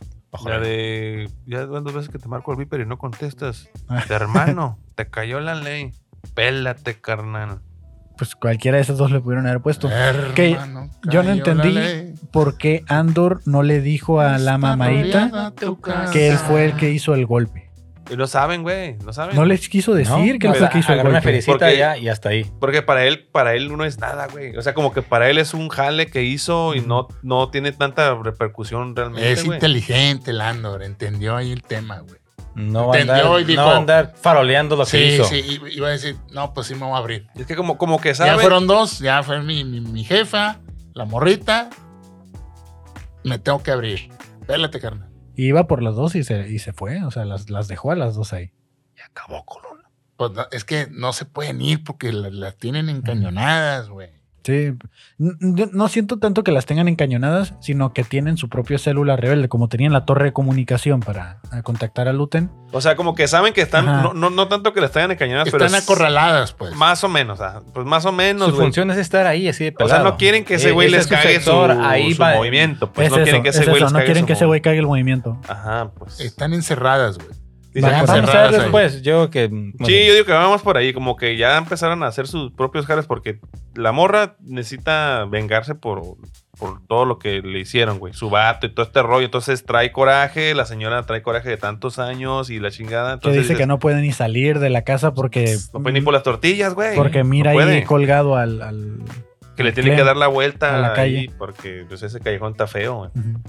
A: La de. Ya van dos veces que te marco el viper y no contestas. De hermano, te cayó la ley. Pélate, carnal.
C: Pues cualquiera de esas dos le pudieron haber puesto.
D: Eh.
C: que
B: Hermano,
C: yo no
B: cayó
C: entendí
B: la ley.
C: ¿Por qué Andor no le dijo a la
B: Está
C: mamadita
B: rodeada tu casa.
C: que él fue el que hizo el golpe?
A: Y lo saben, güey. Lo saben.
C: No les quiso decir que él fue el que hizo el
D: pues, Agarró una
C: golpe.
D: felicita
A: Porque-
D: ya y hasta ahí.
A: Porque para él, para él no es nada, güey. O sea, como que para él es un jale que hizo y no, no tiene tanta repercusión realmente.
C: Este,
B: Es
A: güey.
B: inteligente el Andor, entendió ahí el tema, güey.
D: No va, a
B: Entendió
D: andar,
B: y dijo-
D: no va a andar faroleando lo que
B: Sí,
D: hizo.
B: sí, i- iba a decir, no, pues sí me voy a abrir.
A: Es que como, como que
B: Ya
A: sabe.
B: fueron dos, ya fue mi, mi, mi jefa, la morrita. Me tengo que abrir. Pélate, carnal.
C: Y iba por las dos y se, y se fue. O sea, las, las dejó a las dos ahí.
A: Y acabó con uno.
B: Pues no, es que no se pueden ir porque la- las tienen encañonadas, güey.
C: Sí. N- yo No siento tanto que las tengan encañonadas, sino que tienen su propia célula rebelde, como tenían la torre de comunicación para eh, contactar a Luten.
A: O sea, como que saben que están.
C: Ajá.
A: No, no, no tanto que le están
D: Ah,
A: encañonadas, pero.
B: Están
A: es-
B: acorraladas, pues.
A: Más o menos, ah, pues más o menos,
D: Su
A: güey.
D: función es estar ahí así de
A: O sea,
D: pelado.
A: no quieren que ese
D: E-
A: güey les
D: es
A: cague su,
D: sector,
A: su
D: va-
A: movimiento. Pues
C: es
A: no
C: eso,
A: quieren que ese
C: es
A: güey
C: eso,
A: les
C: no
A: cague
C: quieren
A: su
C: que ese güey
A: movimiento.
C: caiga el movimiento.
A: Ajá, pues.
B: Están encerradas, güey.
A: Dicen,
C: Vamos
A: pues,
C: a
A: sí,
D: Vamos a
B: cerradas ahí.
D: ver después. Yo que. bueno,
A: yo digo que vamos por ahí. Como que ya empezaron a hacer sus propios jales porque la morra necesita vengarse por, por todo lo que le hicieron, güey. Su vato y todo este rollo. Entonces trae coraje. La señora trae coraje de tantos años y la chingada.
C: Que
A: Entonces
C: dice que no puede ni salir de la casa porque.
A: No puede Pues, ni por las tortillas, güey. No
C: porque mira ahí
A: puede.
C: colgado al. al-
A: Que le tiene que
C: Clem,
A: dar la vuelta
C: a la
A: ahí
C: calle.
A: porque pues, ese callejón está feo, güey.
C: Ujú.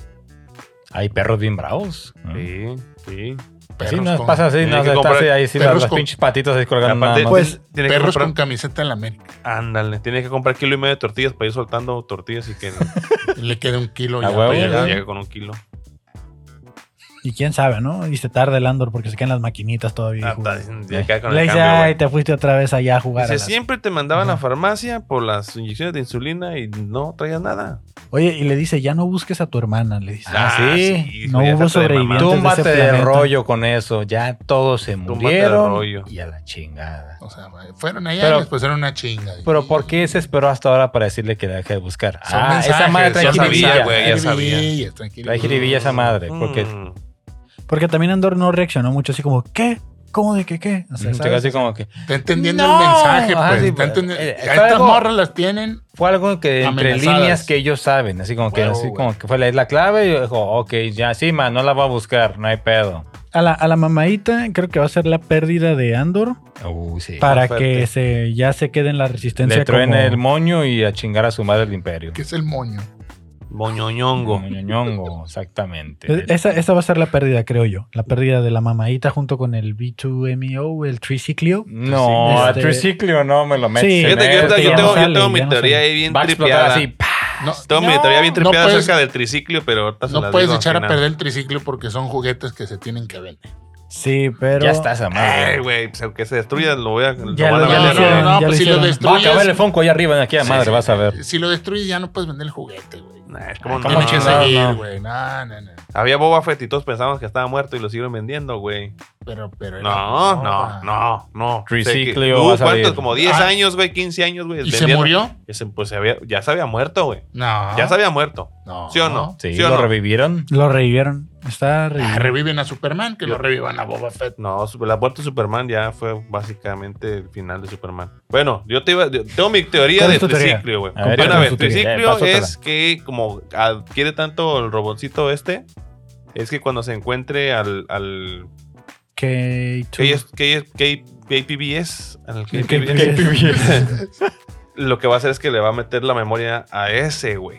D: Hay perros bien bravos. Pues
A: Sí, sí.
B: Perros,
D: sí, no
B: con,
D: pasa así,
A: Tiene
D: no,
A: que
D: o sea, está
A: comprar
D: así, ahí sí,
B: perros
D: las
B: con-
D: pinches patitas ahí colgando
A: Aparte,
D: nada más.
C: Pues
A: Tiene que
B: perros
A: comprar,
B: con camiseta en la América.
A: Ándale, tiene que comprar kilo y medio de tortillas para ir soltando tortillas y que
C: *laughs*
B: Le queda un kilo ya
D: A huevo,
B: para
D: ya
B: llegar.
A: llegue con un kilo.
C: Y quién sabe, ¿no? Y se tarda el Andor porque se quedan las maquinitas todavía. y
A: Ah,
C: juegan.
A: está, ya queda con
C: Le
A: el
C: dice,
A: cambio, güey.
C: ay, te fuiste otra vez allá a jugar. a
A: Dice,
C: las-".
A: siempre te mandaban a la
C: Ajá.
A: farmacia por las inyecciones de insulina y no traías nada.
C: Oye, y le dice, ya no busques a tu hermana. Le dice,
D: Ah, sí.
C: No
A: güey,
C: hubo
A: déjate de mamar.
C: sobrevivientes. antes de
D: Túmbate
C: ese
D: de,
C: planeta.
D: rollo con eso. Ya todos se
A: Túmbate de
D: murieron.
A: rollo.
D: Y a la chingada.
B: O sea, güey, fueron allá
D: Pero-
B: y les pusieron una chinga.
D: Pero ¿por qué se esperó hasta ahora para decirle que la deje de buscar?
B: Son
D: ah, esa
B: mensajes,
D: madre trae
B: ya sabía,
D: jiribilla.
A: güey. ya sabía.
B: Tranquilillas, tranquilillas.
D: Trae jiribilla esa madre.
A: Mm.
D: Porque
C: Porque también Andor no reaccionó mucho, así como, ¿qué? ¿Cómo de que qué? O sea,
D: se quedó
C: ¿sabes?
D: así como que
B: Está entendiendo
D: No.
B: el mensaje,
D: Ajá,
B: pues.
D: sí,
B: está
D: pero-
B: entendiendo-
D: eh,
B: a
D: está
B: estas
D: algo-
B: morras las tienen.
D: fue algo que entre
B: Amenazadas.
D: líneas que ellos saben. Así como que,
B: Huevo,
D: así
B: güey.
D: como que fue la isla clave. Y dijo, ok, ya sí, man, no la voy a buscar. No hay pedo.
C: A la, a la mamadita creo que va a ser la pérdida de Andor
D: Uh, sí.
C: para
A: fuerte.
C: que se, ya se quede en la resistencia.
D: Le truene
C: como-
D: el moño y a chingar a su madre el imperio.
B: que es el moño?
A: Moñoñongo.
D: Mm. Ñoñongo, exactamente.
C: Es- Eh, esa, esa va a ser la pérdida, creo yo. La pérdida de la mamadita junto con el B2MO, E el triciclio.
D: Mm. No, a
C: Este-
D: triciclio no me lo metes.
C: Sí.
D: en
A: Fíjate que yo,
D: esto.
A: te- yo
C: ya no
A: tengo, yo
C: sale,
A: tengo
C: ya
A: mi
C: no
A: teoría
C: sale.
A: ahí bien
D: Va a explotar
A: tripeada.
D: así. ¡pah!
B: No,
A: Tengo mi teoría bien
B: No
A: tripeada
B: puedes-
A: acerca del triciclo, pero ahorita se
B: no
A: las
B: puedes
A: digo al
B: echar a
A: final.
B: perder el triciclo porque son juguetes que se tienen que vender.
C: Sí, pero.
D: Ya está esa
A: Ay,
D: madre.
A: güey, pues aunque se destruya, lo voy a. lo
C: Ya
A: van a
C: lo- ya
A: vender,
C: lo hicieron,
A: güey.
B: no,
C: ya
B: pues
C: lo
B: si lo
C: hicieron.
D: Va a
B: destruyes.
D: acabar el Funko allá arriba en aquí,
B: Sí,
D: madre,
B: sí.
D: vas a ver.
B: Si lo destruyes, ya no puedes vender el juguete, güey.
A: Nah, es como
D: ¿Cómo
A: no,
B: Tienes que
D: chingado,
B: seguir,
D: no?
B: güey. No, no, no.
A: Había Boba Fett y todos pensábamos que estaba muerto y lo siguieron vendiendo, güey.
B: Pero, pero era
A: No,
B: nueva.
A: no, no, no.
D: Triciclo
A: Sé que- Uh,
D: vas a
A: ¿Cuántos?
D: ver.
A: Como 10
B: Ah.
A: años, güey, 15 años, güey.
B: ¿Y se
A: vendiendo-
B: murió?
A: que se- pues se había- ya se había muerto, güey.
B: No.
D: Ah.
A: Ya se había muerto.
B: No.
A: ¿Sí o no?
D: Sí,
A: ¿Sí o
D: lo
A: no?
D: revivieron.
C: Lo revivieron. Está
B: Ah,
C: revivido.
B: reviven a Superman, que
A: Yo-
B: lo revivan a Boba Fett.
A: No, super- la muerte de Superman ya fue básicamente el final de Superman. Bueno, yo te iba, yo- tengo mi teoría
C: ¿Cuál
A: de
C: es tu teoría?
A: triciclo, güey.
D: A ver,
A: Bueno,
D: ¿cuál
A: a
D: es
A: ver,
D: tu teoría?
A: triciclo
D: Eh, pásatela.
A: es que como adquiere tanto el robotcito este, es que cuando se encuentre al, al
C: K2.
A: K- K- K- KPBS, al
C: El
A: KPBS,
B: KPBS.
A: *laughs* lo que va a hacer es que le va a meter la memoria a ese, güey.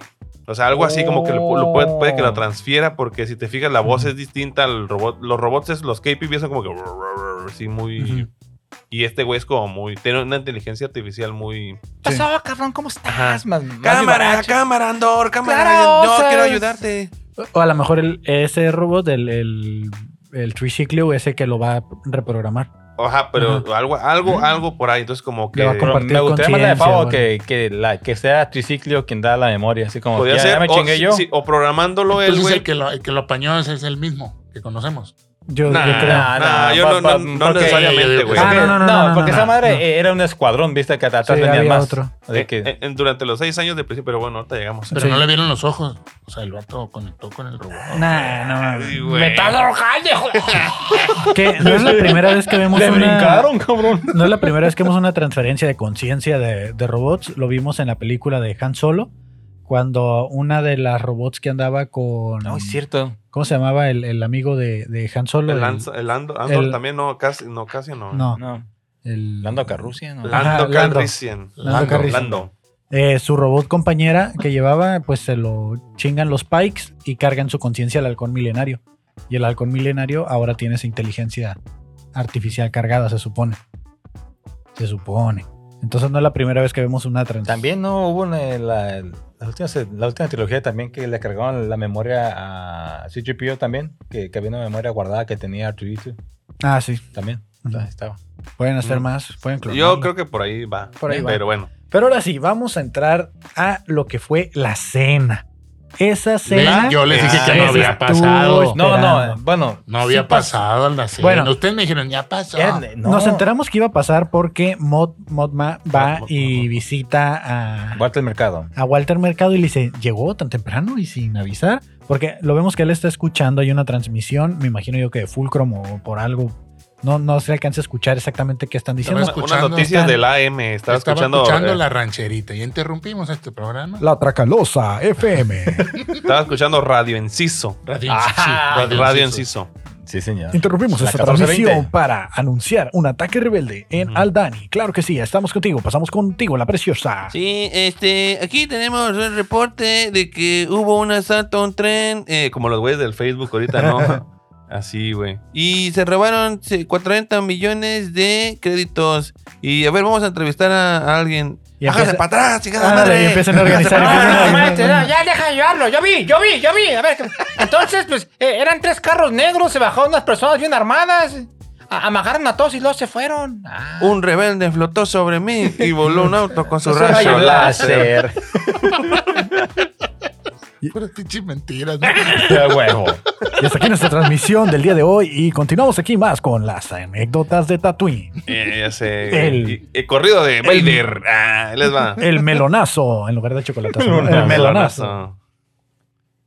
A: O sea, algo así como que lo, lo puede, puede que
D: Oh.
A: lo transfiera, porque si te fijas, la voz es distinta al robot. Los robots, es- los KPBS son como que. Sí, muy.
C: Ujú.
A: Y este güey es como muy. Tiene una inteligencia artificial muy.
D: ¿Qué
B: Pues
D: pasó, cabrón? ¿Cómo estás?
A: Ajá.
D: Más- más vivache.
A: cámara, Andor,
D: Claro, o sea, es-
C: O a lo mejor el, ese robot, el, el, el triciclo, ese que lo va a reprogramar.
A: Ajá, pero algo, algo, algo por ahí. Entonces, como que.
C: Le va a
D: Pero
C: Compartir
D: me gustaría más la de
C: conciencia,
D: Favo
C: bueno.
D: que, que, la, que sea triciclo quien da la memoria. Así como,
A: Podría
D: ya,
A: ser.
D: ya me
A: o,
D: chingué
A: sí,
D: yo.
A: sí, o programándolo él,
B: Entonces
A: Pues, güey.
B: el que, lo, el que lo apañó es, es el mismo que conocemos.
C: Yo,
A: Nah,
C: yo creo.
A: nah,
D: Nah,
A: yo
D: pa-
A: no,
D: pa-
A: no- no
D: porque-
A: necesariamente, güey.
C: Ah, no, no, no, no, no,
D: Pues porque
C: no,
D: esa
C: no.
D: madre
C: No.
D: eh, era un escuadrón, viste, que atrás
C: Sí,
D: venían
C: había
D: más.
C: otro.
D: Así
A: Eh,
D: que,
A: eh, en- durante los seis años de principio, pero bueno, ahorita llegamos.
B: Pero
C: Sí.
B: no le vieron los ojos. O sea, el vato conectó con el robot.
C: Nah,
A: *laughs*
C: no mames.
A: Ay, güey.
B: ¡Me estás arrojando,
D: *laughs*
B: hijo!
C: Que no es la primera vez que vemos
D: le
C: una-
D: brincaron, cabrón.
C: No es la primera vez que vemos una transferencia de conciencia de, de robots. Lo vimos en la película de Han Solo, cuando una de las robots que andaba con.
D: No, es cierto.
C: ¿Cómo se llamaba el, el amigo de, de Han Solo?
A: El,
C: El-
A: Anzo- el Ando- Andor
C: el-
A: también, no, casi no. Casi no. ¿eh?
C: No,
D: No.
C: el-
D: Lando Carrucia, ¿no?
A: Lando
C: Ajá, Lando.
A: Calrissian.
C: Lando
A: Lando,
C: Calrissian.
A: Lando.
C: eh, su robot compañera que llevaba, pues se lo chingan los Pikes y cargan su conciencia al halcón milenario. Y el halcón milenario ahora tiene esa inteligencia artificial cargada, se supone. Se supone. Entonces no es la primera vez que vemos una transferencia.
D: También no hubo una- la, la última, la última trilogía también que le cargaron la memoria a CGPO también, que, que había una memoria guardada que tenía Arturito
C: Ah, sí.
D: también. O sea, estaba.
C: Pueden hacer
A: Mm.
C: más. Pueden clonarlo.
A: Yo creo que por ahí va. ¿eh?
C: Por ahí va.
A: Pero bueno.
C: Pero ahora sí, vamos a entrar a lo que fue la cena. Esa cena.
B: Yo les dije
A: Ah,
B: que no
A: ese
B: había
C: estuvo-
B: pasado.
C: No,
D: No,
C: Esperando.
D: no, bueno.
B: No había
C: Sí pasó.
B: pasado la cena.
C: Bueno.
B: ustedes me dijeron, ya pasó.
D: era- no.
C: eh, Nos enteramos que iba a pasar porque Mod, Modma va
A: Mod-
C: y
A: Mod-
C: visita a,
D: Guarda el mercado.
C: a Walter Mercado y le dice: Llegó tan temprano y sin avisar. Porque lo vemos que él está escuchando, hay una transmisión, me imagino yo que de Fulcrum o por algo. No, no se alcanza a escuchar exactamente qué están diciendo.
A: Una-
B: escuchando-
A: unas noticias
C: están-
A: del AM. Estaba,
B: Estaba escuchando,
A: escuchando, eh,
B: la rancherita y interrumpimos este programa.
C: La Tracalosa *laughs* FM.
A: estaba escuchando Radio Enciso.
B: Radio
D: Ah,
A: Radio, Enciso.
D: Sí, señor.
C: Interrumpimos
D: La
C: esta
D: 1420.
C: transmisión para anunciar un ataque rebelde en
A: Ujú.
C: Aldani. Claro que sí, estamos contigo, pasamos contigo, la preciosa.
A: Sí, este, aquí tenemos el reporte de que hubo un asalto a un tren, eh, como los güeyes del Facebook ahorita, ¿no? *laughs* Así, güey. Y se robaron se- 40 millones de créditos. Y a ver, vamos a entrevistar a, a alguien.
C: Y
A: Hágase
C: empieza-
A: para atrás, chingada
C: Ándale,
A: madre.
C: y empiezan a
A: Hágase
C: organizar,
A: para
C: empiezan a
A: atrás.
C: organizar.
E: maestro, no, Ah, ya deja de llevarlo. Yo vi, yo vi, yo vi. A ver, entonces, pues, eh, eran tres carros negros, se bajaron unas personas bien armadas, a- amarraron a todos y luego se fueron. Ah.
A: Un rebelde flotó sobre mí y voló un auto
C: *laughs*
A: con su
D: Su rayo
A: rayo láser.
B: Puras pinches
C: *laughs*
B: mentiras. ¿no?
D: *laughs* De huevo.
C: Y hasta aquí nuestra transmisión del día de hoy y continuamos aquí más con las anécdotas de Tatooine.
A: Eh, ya sé.
C: El-
A: Y- el corrido de Vader. Ah, ahí les va.
C: El melonazo en lugar de chocolatazo. ¿no?
D: Melonazo.
C: El melonazo.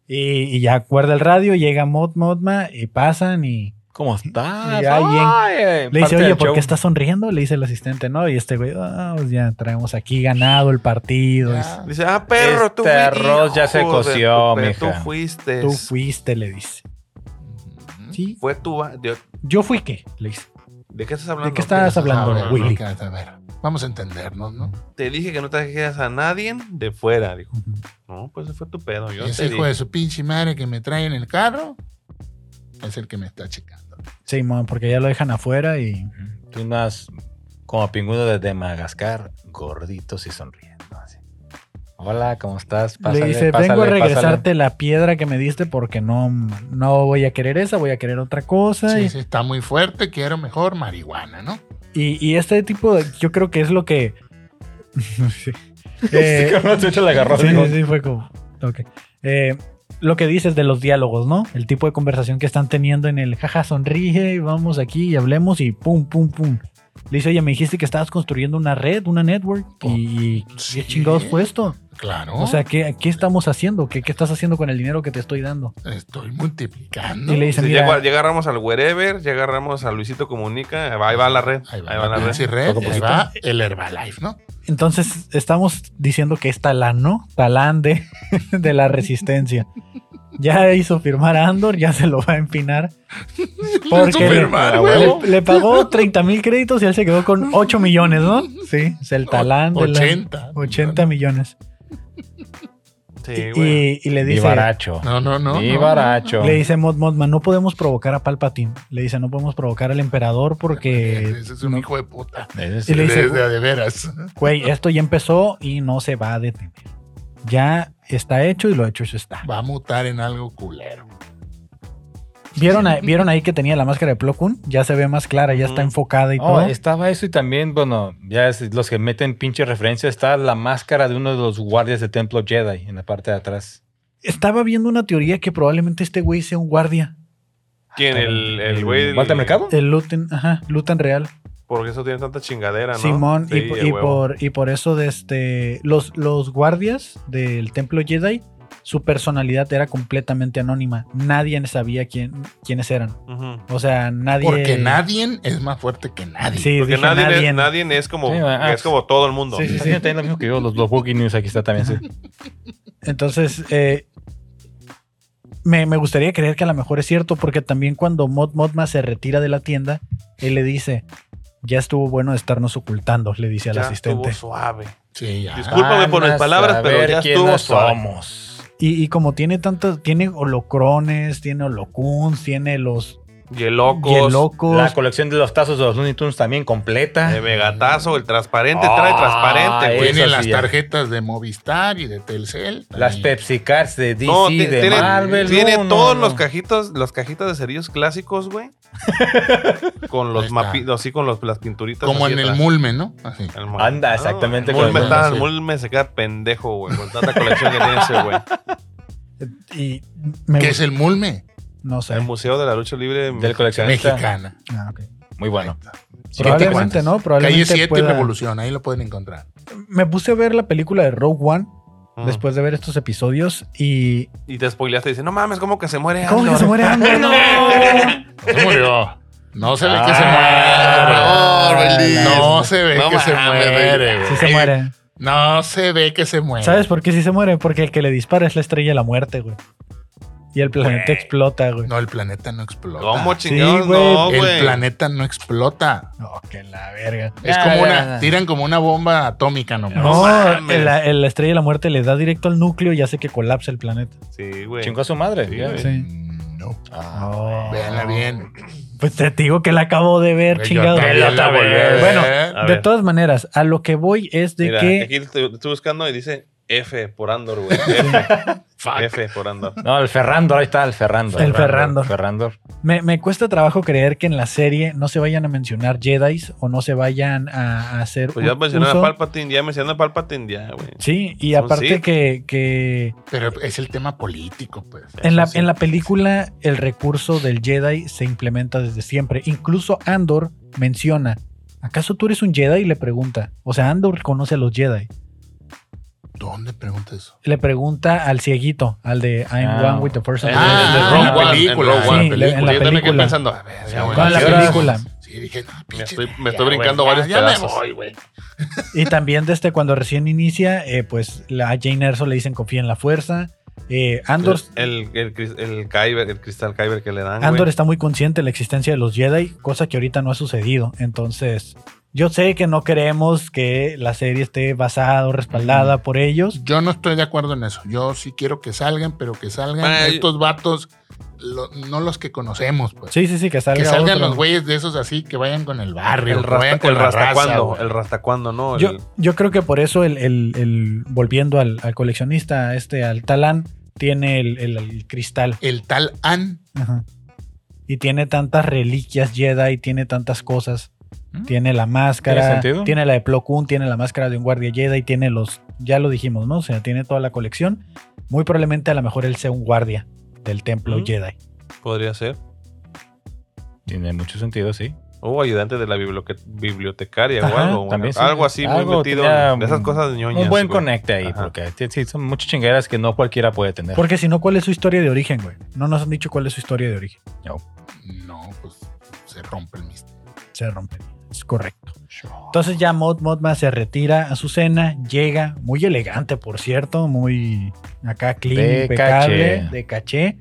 C: Y, y ya guarda el radio, llega Mod Modma y pasan y
D: ¿Cómo estás?
C: Y alguien
D: Ay, eh,
C: le dice,
D: parte
C: oye,
D: del
C: ¿por
D: show".
C: qué estás sonriendo? Le dice el asistente, ¿no? Y este güey, "Ah, pues ya traemos aquí ganado el partido.
B: Ya.
A: Dice, ah, perro, tú
D: Este
A: fui-
D: arroz ya se
A: hijo de
D: coció,
A: tu-
D: mija.
A: Tú fuiste.
C: Tú fuiste, le dice. Sí,
A: Fue tu... ba- de-
C: yo fui qué, le dice.
A: ¿De qué estás hablando?
C: ¿De qué estás
A: Pero-
C: hablando,
B: a ver,
C: Willy?
B: ¿no? Ah, A ver, vamos a entendernos, ¿no?
A: Te dije que no trajeras a nadie de fuera. Dijo,
C: Ujú.
A: no, pues ese fue tu pedo. Yo
B: Ese
A: te
B: hijo de
A: dije.
B: su pinche madre que me trae en el carro es el que me está checando.
C: Sí, mon, porque ya lo dejan afuera y
D: Tú unas como pingüino de, de Madagascar, gorditos y sonriendo. así. Hola, ¿cómo estás?
C: le dice, vengo a regresarte la piedra que me diste porque no, no voy a querer esa, voy a querer otra cosa.
B: Sí,
C: y,
B: sí, está muy fuerte, quiero mejor marihuana, ¿no?
C: y- y este tipo, de- yo creo que es lo que... *laughs* Sí. Eh,
D: *laughs* pásale. Sí, Este cabrón, de hecho la agarró.
C: sí,
D: digo,
C: sí, fue como... ok. Eh, lo que dices de los diálogos, ¿no? El tipo de conversación que están teniendo en el jaja, sonríe, y vamos aquí y hablemos y pum, pum, pum. Le dice, oye, me dijiste que estabas construyendo una red, una network.
D: Oh,
C: y
B: Sí.
C: ¿qué chingados fue esto?
B: Claro.
C: O sea, ¿qué, qué estamos haciendo? ¿Qué, ¿Qué estás haciendo con el dinero que te estoy dando?
B: estoy multiplicando.
C: y le dice,
A: Entonces,
C: mira,
A: llega, llega Ramos al Wherever, llega Ramos a Luisito Comunica, ahí va, ahí va la red. Ahí va, la red.
B: pinche red,
D: Poco a
B: ahí
D: poquito.
B: va el Herbalife,
C: *laughs*
B: ¿no?
C: entonces estamos diciendo que es Talán, ¿no? Talán de, *laughs* de la resistencia. Ya hizo firmar a Andor, ya se lo va a empinar. Porque
B: Hizo
C: le,
A: Ah,
B: firmar,
C: le-
B: huevo.
C: le pagó 30 mil créditos y él se quedó con 8 millones, ¿no? Sí, es el talán de la-
B: 80.
C: 80 millones.
A: Sí,
C: y,
A: güey.
C: y le
D: Y
C: dice,
D: baracho.
B: No, no, no.
D: Y
B: no,
D: baracho.
C: le dice Mod Modman, no podemos provocar a Palpatine. Le dice, no podemos provocar al emperador porque,
B: Ese es un hijo de puta.
D: Ese sí.
C: Y le dice,
B: Desde de veras. *laughs*
C: güey, esto ya empezó y no se va a detener. Ya está hecho y lo hecho eso está.
B: Va a mutar en algo culero.
C: ¿Vieron,
A: *laughs*
C: ahí- ¿Vieron ahí que tenía la máscara de Plo Koon? Ya se ve más clara, ya está
A: Ujú.
C: enfocada y
D: Oh,
C: todo.
D: estaba eso y también, bueno, ya es- los que meten pinche referencia, está la máscara de uno de los guardias de Templo Jedi en la parte de atrás.
C: Estaba viendo una teoría que probablemente este güey sea un guardia.
A: ¿Quién? El, el güey. del-
D: ¿Walter Mercado?
C: El Luten, ajá, Luten Real.
A: Porque eso tiene tanta chingadera, Ah, ¿no?
C: Simón, y,
A: Sí,
C: po-
A: a
C: y
A: huevo.
C: por, y por eso de este, los, los guardias del templo Jedi, su personalidad era completamente anónima. Nadie sabía quién, quiénes eran.
A: Ujú.
C: O sea, nadie...
B: Porque nadie es más fuerte que nadie.
C: Sí,
A: Porque
C: dije
A: nadie,
C: nadie.
A: Es, nadie es como,
D: Sí, ah,
A: es como todo el mundo.
D: Sí, sí, sí, también lo mismo que yo, los, los Wookiee News aquí está también. sí.
C: Entonces, eh, me, me gustaría creer que a lo mejor es cierto, porque también cuando Mod Modma se retira de la tienda, él le dice, ya estuvo bueno de estarnos ocultando, le dice al
A: Ya
C: asistente.
A: estuvo suave.
B: Sí, ya.
A: Disculpa. Discúlpame por
D: Van
A: mis
D: a
A: palabras, pero
D: saber
A: ya
D: quién
A: estuvo
D: nos
A: suave.
D: somos.
C: Y, y como tiene tantos, tiene holocrones, tiene holocuns, tiene los
A: Y el loco.
C: hielocos.
D: La colección de los tazos de los Looney Tunes también completa.
A: De megatazo, el transparente,
D: Ah,
A: trae transparente, güey.
D: eso
B: Tiene
D: sí,
B: las
D: ya.
B: tarjetas de Movistar y de Telcel.
D: Las
B: Ahí.
D: Pepsi Cards de DC,
A: No,
D: de
A: ti- tiene,
D: Marvel.
A: tiene
D: no, no,
A: todos
D: no.
A: los cajitos, las cajitas de cerillos clásicos, güey. con
B: Ahí
A: los
B: está.
A: mapitos, así con los, las pinturitas.
B: Como
A: así
B: en el
A: atrás.
B: Mulme, ¿no? Así.
A: El mol-
D: Anda, exactamente
A: el
D: con
A: mol me
D: el
A: está-
B: mol,
A: el
B: sí.
A: mol me se queda pendejo, güey, con tanta colección que tiene ese, güey.
C: Y me
B: ¿Qué
C: gust-
B: es el Mulme?
C: No sé.
A: El Museo de la Lucha Libre.
D: Del coleccionista.
B: Mexicana.
C: Ah, ok.
D: Muy bueno.
C: Probablemente, ¿no?
B: Calle
C: Probablemente
B: 7 y
C: pueda-
B: Revolución, ahí lo pueden encontrar.
C: Me puse a ver la película de Rogue One
A: Ujú.
C: después de ver estos episodios y...
A: Y te spoileaste y dices, no mames, ¿cómo que se muere
C: ¿Cómo que
A: Andor?"
C: se muere Andor? *laughs* ¡No!
B: No se murió. No se ve que se
D: Ah,
B: muere.
D: la-
B: No se ve
A: No
B: que se
A: mames,
B: muere.
C: Sí
B: güey.
C: se muere.
B: No se ve que se muere.
C: ¿Sabes por qué sí se muere? Porque el que le dispara es la estrella de la muerte, güey. Y el planeta explota, güey.
B: No, el planeta no explota.
A: ¿Cómo
C: Sí,
A: chingados?
C: güey.
A: no,
B: el
A: güey.
B: planeta no explota.
C: No, que la verga.
B: Es
D: Ya,
B: como
D: ya,
B: una.
D: ya.
B: Tiran como una bomba atómica nomás.
C: No,
A: mames.
C: el- la el estrella de la muerte le da directo al núcleo y hace que colapse el planeta.
A: Sí, güey.
D: Chingó a su madre.
A: Sí,
D: ya.
A: güey.
C: Sí.
B: Eh, No.
D: Ah.
B: Véanla bien.
C: Pues te digo que la acabo de ver,
B: Yo
C: chingado.
B: también
D: Vela otra
B: la volví a
D: vez.
B: ver.
C: Bueno,
A: A
C: De
A: ver.
C: todas maneras, a lo que voy es de
A: Mira,
C: que
A: aquí estoy, estoy buscando y dice F por Andor,
C: *laughs*
A: güey. F,
B: Eh,
A: F por Andor.
D: No, el Ferrando, ahí está el Ferrando.
C: El Ferrando.
D: Ferrando.
C: me, me cuesta trabajo creer que en la serie no se vayan a mencionar Jedi o no se vayan a, a hacer.
A: Pues ya
C: u-
A: mencionaron
C: uso.
A: a Palpatine, ya mencionaron a Palpatine, ya, güey.
C: Sí, y
A: Son
C: aparte
A: Sith.
C: que, que
B: Pero es el tema político, pues.
C: en, la,
A: Eso sí.
C: en la película el recurso del Jedi se implementa desde siempre. Incluso Andor menciona, ¿acaso tú eres un Jedi? Y le pregunta. O sea, Andor conoce a los Jedi.
B: ¿Dónde pregunta eso?
C: Le pregunta al cieguito, al de I'm
D: Ah.
C: one with the first
A: En-
C: and
A: en-
C: the
A: en
C: last".
B: Ah,
A: Rogue
B: en la
A: One,
B: película,
A: en Rogue
B: sí,
A: One,
B: en la
A: película. Yo también quedé
C: película.
A: pensando, a ver, ya, güey,
C: Con la
A: ¿a qué horas?
C: película.
B: Sí, dije, no,
A: Me
B: pinche.
A: estoy,
B: ya,
A: me estoy
B: güey,
A: brincando
B: ya,
A: varios
B: ya
A: pedazos.
B: me voy, güey.
C: Y también desde cuando recién inicia, eh, pues la, a Jane Erso le dicen confía en la fuerza. Eh, Andor,
A: El, el, cris- el, Kyber, el cristal Kyber que le dan.
C: Andor
A: Ah, güey.
C: está muy consciente de la existencia de los Jedi, cosa que ahorita no ha sucedido. Entonces, yo sé que no queremos que la serie esté basada o respaldada por ellos.
B: Yo no estoy de acuerdo en eso. Yo sí quiero que salgan, pero que salgan
A: Bueno, yo-
B: estos vatos, lo- no los que conocemos, pues.
C: Sí, sí, sí, que salga.
B: que salgan
C: otro.
B: los güeyes de esos así, que vayan con el barrio,
A: El,
B: que vayan
A: rasta,
B: con
A: el
B: la raza,
A: rastacuando,
B: güey.
A: el rastacuando, ¿no? El-
C: Yo, yo creo que por eso el, el- el- volviendo al, al coleccionista, este, al Talán, tiene el, el- el cristal.
B: El tal An.
C: Ajá. Y tiene tantas reliquias Jedi, tiene tantas cosas.
D: ¿Mm?
C: Tiene la
D: ¿Tiene
C: máscara,
D: sentido?
C: tiene la de Plo Koon, tiene la máscara de un guardia Jedi, tiene los, ya lo dijimos, ¿no? O sea, tiene toda la colección. Muy probablemente a lo mejor él sea un guardia del templo
A: Ujú.
C: Jedi.
A: Podría ser.
D: Tiene mucho sentido, sí.
A: O ayudante de la bibliote- bibliotecaria o
C: Ajá,
A: algo. una-
D: también sí.
A: algo así
D: Algo
A: muy metido.
D: tenía
A: de esas
D: un-
A: cosas ñoñas.
D: Un buen
A: güey.
D: conecte ahí,
A: Ajá.
D: porque t- sí, son muchas chingueras que no cualquiera puede tener.
C: Porque si no, ¿cuál es su historia de origen, güey? No nos han dicho cuál es su historia de origen.
B: No, pues se rompe el misterio.
C: Se rompe. Es correcto. Entonces ya Mod Modma se retira a su cena, llega, muy elegante, por cierto, muy acá clean,
D: De
C: impecable,
D: caché.
C: de caché.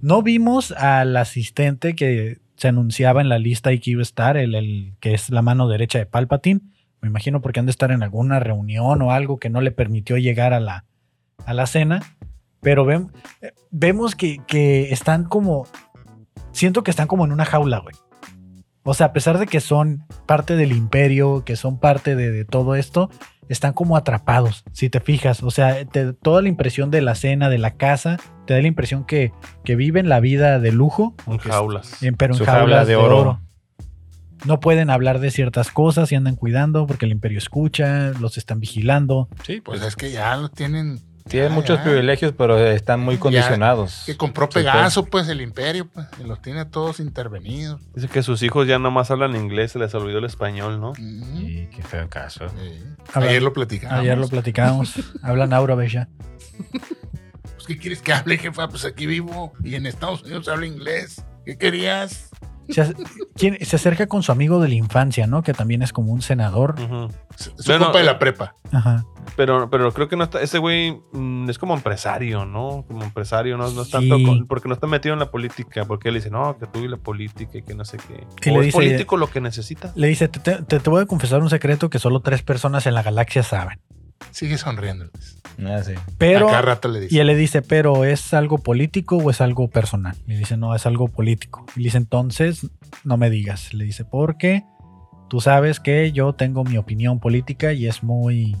C: No vimos al asistente que se anunciaba en la lista y que iba a estar, el, el que es la mano derecha de Palpatine. Me imagino porque han de estar en alguna reunión o algo que no le permitió llegar a la, a la cena. Pero vem- eh, vemos que, que están como. Siento que están como en una jaula, güey. O sea, a pesar de que son parte del imperio, que son parte de, de todo esto, están como atrapados, si te fijas. O sea, te- toda la impresión de la cena, de la casa, te da la impresión que, que viven la vida de lujo,
A: En jaulas.
C: en- pero en
D: Su
C: jaulas
D: jaula
C: de,
D: de oro.
C: oro. No pueden hablar de ciertas cosas y andan cuidando porque el imperio escucha, los están vigilando.
D: Sí,
B: Pues
D: pues
B: es que ya lo tienen.
A: ah,
D: tiene
B: ya,
D: muchos
B: ya.
D: privilegios, pero están muy condicionados.
B: Que compró
D: Sí, pues.
B: Pegaso, pues el imperio, pues, y los tiene todos intervenidos.
A: Dice que sus hijos ya nomás hablan inglés, se les olvidó el español, ¿no?
B: Mm,
D: Sí, qué feo caso.
B: sí.
C: Habla-
B: Ayer lo platicamos.
C: Ayer lo platicamos. *laughs* Hablan Aura Bella.
B: Pues, ¿Qué quieres que hable, jefa? Pues aquí vivo y en Estados Unidos hablo inglés. ¿Qué querías?
C: Se, ac- ¿quién- se acerca con su amigo de la infancia, ¿no? Que también es como un senador.
A: Ujú.
B: Su su
A: Bueno,
B: compa de
A: eh,
B: la prepa.
C: Ajá.
A: Pero, pero creo que no está. Ese güey mm, es como empresario, ¿no? Como empresario, no, no es tanto.
C: Sí.
A: con- porque no está metido en la política. Porque él dice, no, que tú y la política y que no sé qué.
C: Y
A: o
C: le
A: es
C: dice-
A: político lo que necesita.
C: Le dice, te, te- te- te voy a confesar un secreto que solo tres personas en la galaxia saben.
B: Sigue sonriendo. Luis.
D: Ah, sí.
C: Pero,
B: a cada rato le
C: y
B: dice.
C: él le dice, pero ¿es algo político o es algo personal? Le dice, no, es algo político. Y le dice, entonces, no me digas. Le dice, porque tú sabes que yo tengo mi opinión política y es muy...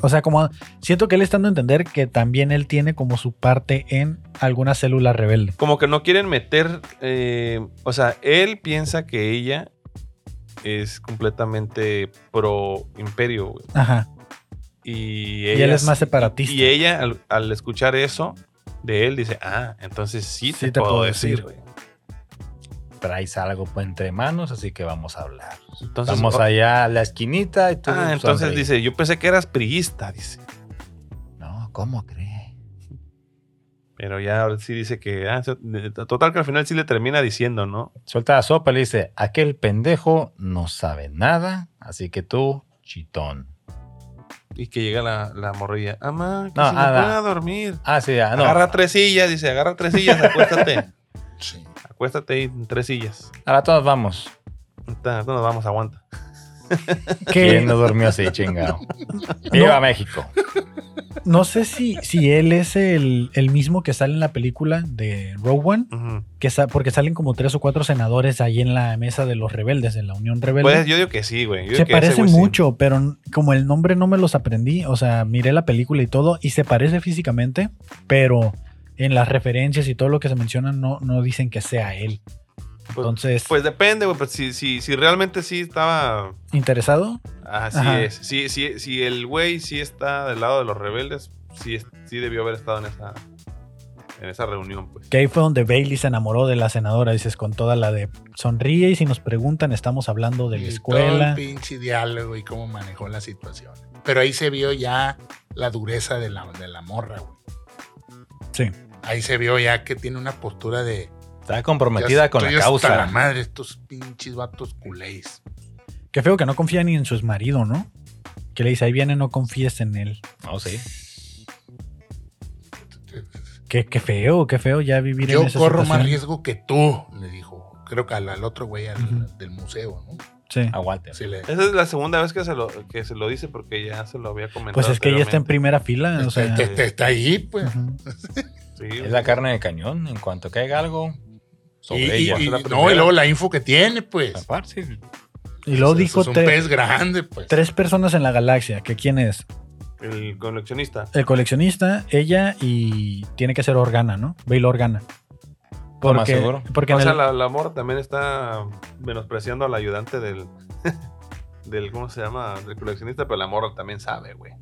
C: O sea, como siento que él está dando a entender que también él tiene como su parte en alguna célula rebelde.
A: Como que no quieren meter. eh, o sea, él piensa que ella es completamente pro imperio, güey.
C: Ajá.
A: Y,
C: Y
A: ella,
C: él es más separatista.
A: Y ella, al, al escuchar eso de él, dice, ah, entonces sí, te, puedo, decir, güey.
D: Traes algo pues, entre manos, así que vamos a hablar.
A: Entonces,
D: vamos
A: oh,
D: allá a la esquinita y tú.
A: Ah, entonces
D: sonríe.
A: dice, yo pensé que eras priista, dice.
D: No, ¿cómo cree?
A: Pero ya ahora sí dice que. ah, so- de- de- total, que al final sí le termina diciendo, ¿no?
D: Suelta la sopa y le dice: Aquel pendejo no sabe nada, así que tú, chitón.
A: Y que llega la, la morrilla. Amá, que
D: No,
A: si me
D: Ada.
A: pueda dormir.
D: Ah, sí, ah, no.
A: Agarra tres sillas, dice, agarra tres sillas, acuéstate. *laughs*
B: Sí.
A: acuéstate ahí en tres sillas.
D: Ahora todos vamos.
A: Ahorita- ahorita nos vamos, aguanta.
C: Que
D: ¿Quién no durmió
B: *laughs*
D: así, chingado?
C: no,
D: ¡Viva México!
C: no sé si, si él es el, el mismo que sale en la película de Rogue One,
A: Ujú.
C: que sa- porque salen como tres o cuatro senadores ahí en la mesa de los rebeldes, en la Unión Rebelde.
A: Pues yo digo que sí, güey. Yo digo
C: se
A: que ese
C: parece
A: güey sí.
C: mucho, pero n- como el nombre no me los aprendí, o sea, miré la película y todo, y se parece físicamente, pero en las referencias y todo lo que se menciona no, no dicen que sea él.
A: Pues-
C: Entonces,
A: Pues depende, güey. Pues si, si, si realmente sí estaba.
C: ¿interesado?
A: Así
C: Ajá.
A: es. Si, si, si el güey sí está del lado de los rebeldes, sí, es- sí debió haber estado en esa, en esa reunión, pues.
C: Que ahí fue donde Bailey se enamoró de la senadora, dices, con toda la de sonríe y si nos preguntan, estamos hablando de la
B: Y Todo el
C: escuela.
B: pinche diálogo y cómo manejó la situación. Pero ahí se vio ya la dureza de la, de la morra, güey.
C: Sí.
B: Ahí se vio ya que tiene una postura de.
D: Está comprometida
B: ya
D: con la
B: estoy Hasta la
D: causa.
B: madre, estos pinches vatos culés.
C: Qué feo que no confía ni en su exmarido, ¿no? Que le dice, ahí viene, no confíes en él.
D: Oh, sí.
C: Qué, qué feo, qué feo ya vivir en
B: Yo
C: esa
B: corro más
C: situación.
B: riesgo que tú, le dijo. Creo que al, al otro güey al-
C: Ujú. Eh,
B: del museo, ¿no?
C: Sí.
A: Ah,
D: Aguante.
B: Sí, le,
A: Esa es la segunda vez que se lo, que se lo dice porque ya se lo había comentado.
C: Pues es que ella está en primera fila, o
B: está,
C: sea.
B: está- está ahí, pues.
C: ujú.
A: anteriormente. Sí,
D: Es la carne de cañón. En cuanto caiga algo sobre
B: Y, y-
D: ella.
B: y-
A: la
B: no,
A: primera.
B: y luego la info que tiene, pues.
D: Aparte, sí.
C: Y luego
B: Es-
C: dijo
B: es un
C: tre-
B: pez grande, pues.
C: tres personas en la galaxia, que quién es?
A: El coleccionista.
C: El coleccionista, ella y tiene que ser Organa, ¿no? Bail Organa.
D: Lo más
C: Porque,
D: seguro.
C: porque
A: o
C: en
A: sea,
C: el-
A: la, la morra también está menospreciando al ayudante del. *laughs* del ¿Cómo se llama? Del coleccionista, pero la morra también sabe, güey.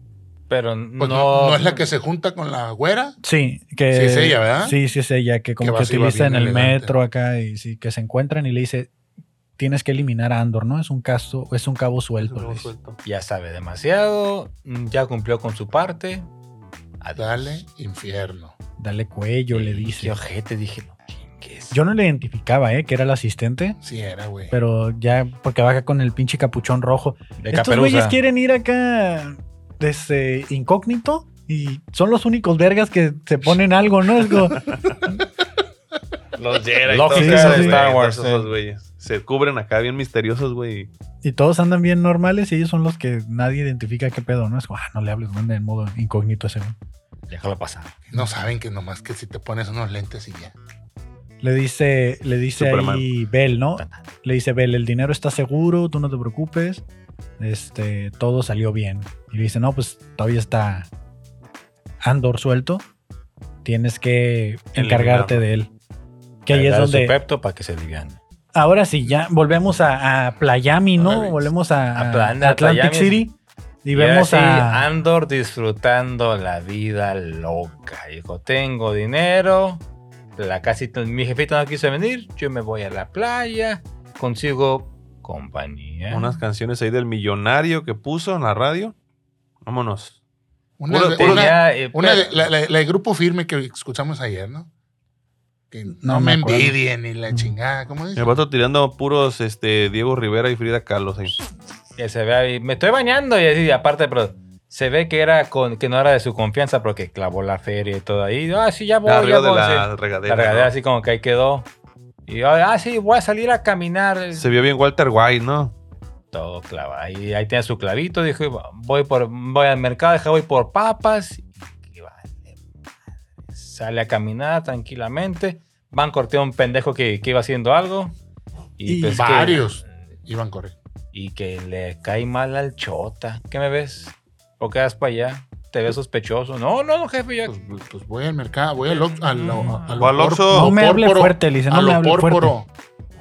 D: Pero
B: Pues no,
D: no,
B: no es la que se junta con la güera.
C: Sí, que.
B: Sí es ella, ¿verdad?
C: Eh, Sí, sí es ella, que como
B: Que
C: que,
B: va así, va
C: utiliza en
B: bien
C: el
B: elegante.
C: metro acá y sí, que se encuentran y le dice: Tienes que eliminar a Andor, ¿no? Es un caso, es un cabo
A: Eso
C: suelto.
A: no
C: le
A: lo
C: dice.
A: suelto.
D: ya sabe demasiado, ya cumplió con su parte. Adiós.
B: Ah, Dale, infierno.
C: Dale cuello, le
D: Y
C: dice.
D: Qué ojete, dije, no chingues.
C: Yo no le identificaba, ¿eh? Que era el asistente,
B: Sí era, güey.
C: pero ya, porque baja con el pinche capuchón rojo.
D: de
C: Estos güeyes quieren ir acá desde incógnito y son los únicos vergas que se ponen algo, ¿no? Es como,
A: Los Jedi.
D: Lógica
A: todos
C: de
A: esos, güey,
D: Star Wars,
A: todos esos
D: eh.
A: güeyes. Se cubren acá bien misteriosos, güey.
C: y todos andan bien normales y ellos son los que nadie identifica qué pedo, ¿no? Es como, ah, no le hables, manda en modo incógnito a ese güey.
D: Déjalo pasar.
B: No saben que nomás que si te pones unos lentes y ya.
C: Le dice, le dice
A: Superman.
C: ahí Bell, ¿no?
D: Tan, tan.
C: Le dice Bell, el dinero está seguro, tú no te preocupes. Este, todo salió bien. Y le dice, no, pues todavía está Andor suelto. Tienes que encargarte de él. Que ahí es
D: Dale su
C: donde.
D: Pepto para que se aliviane.
C: Ahora sí, ya volvemos a, a Playami, ¿no?
B: Ahora sí.
C: Volvemos a,
D: A
C: a
D: Plan- a
C: Atlantic
D: Playami.
C: City. Y
D: Y
C: vemos a.
D: Andor disfrutando la vida loca. Dijo, tengo dinero. La casita, mi jefita no quiso venir. Yo me voy a la playa. Consigo compañía.
A: Unas canciones ahí del millonario que puso en la radio. Vámonos.
B: Una,
A: Puro-
B: una-
A: puro-
D: Tenía, eh,
B: una de-
D: pe-
B: la, la- la de grupo firme que escuchamos ayer, ¿no? Que no,
C: me
B: me,
C: acuerdo.
B: envidien ni la chingada. ¿Cómo dice?
A: El vato tirando puros este, Diego Rivera y Frida Carlos ahí.
D: que se ve ahí, Me estoy bañando. Y así, aparte, pero se ve que era con, que no era de su confianza porque clavó la feria y todo ahí. Ah, sí, ya voy, ya
A: Arriba de
D: voy. sí.
A: la regadera.
D: La regadera
A: ¿no?
D: así como que ahí quedó. Y ah, sí, voy a salir a caminar.
A: Se vio bien Walter White, ¿no?
D: Todo clava. Ahí, ahí tenía su clavito. Dijo, voy, por, voy al mercado, dije, voy por papas. Y vale, madre. Sale a caminar tranquilamente. Van corteó un pendejo que, que iba haciendo algo.
C: Y
D: pues, que-
B: varios. Iban corriendo.
D: y que le cae mal al chota. ¿Qué me ves? ¿O quedas para allá? ¿Te ves sospechoso? No, no, no, jefe, yo...
B: Pues, pues voy al mercado, voy al Ox- a lo- a lo
A: O al
B: por-
A: Oxxo.
B: a lo
C: No me hable
B: pórporo,
C: fuerte, le dice,
B: a
C: no me
B: lo
C: hable fuerte.
B: pórporo.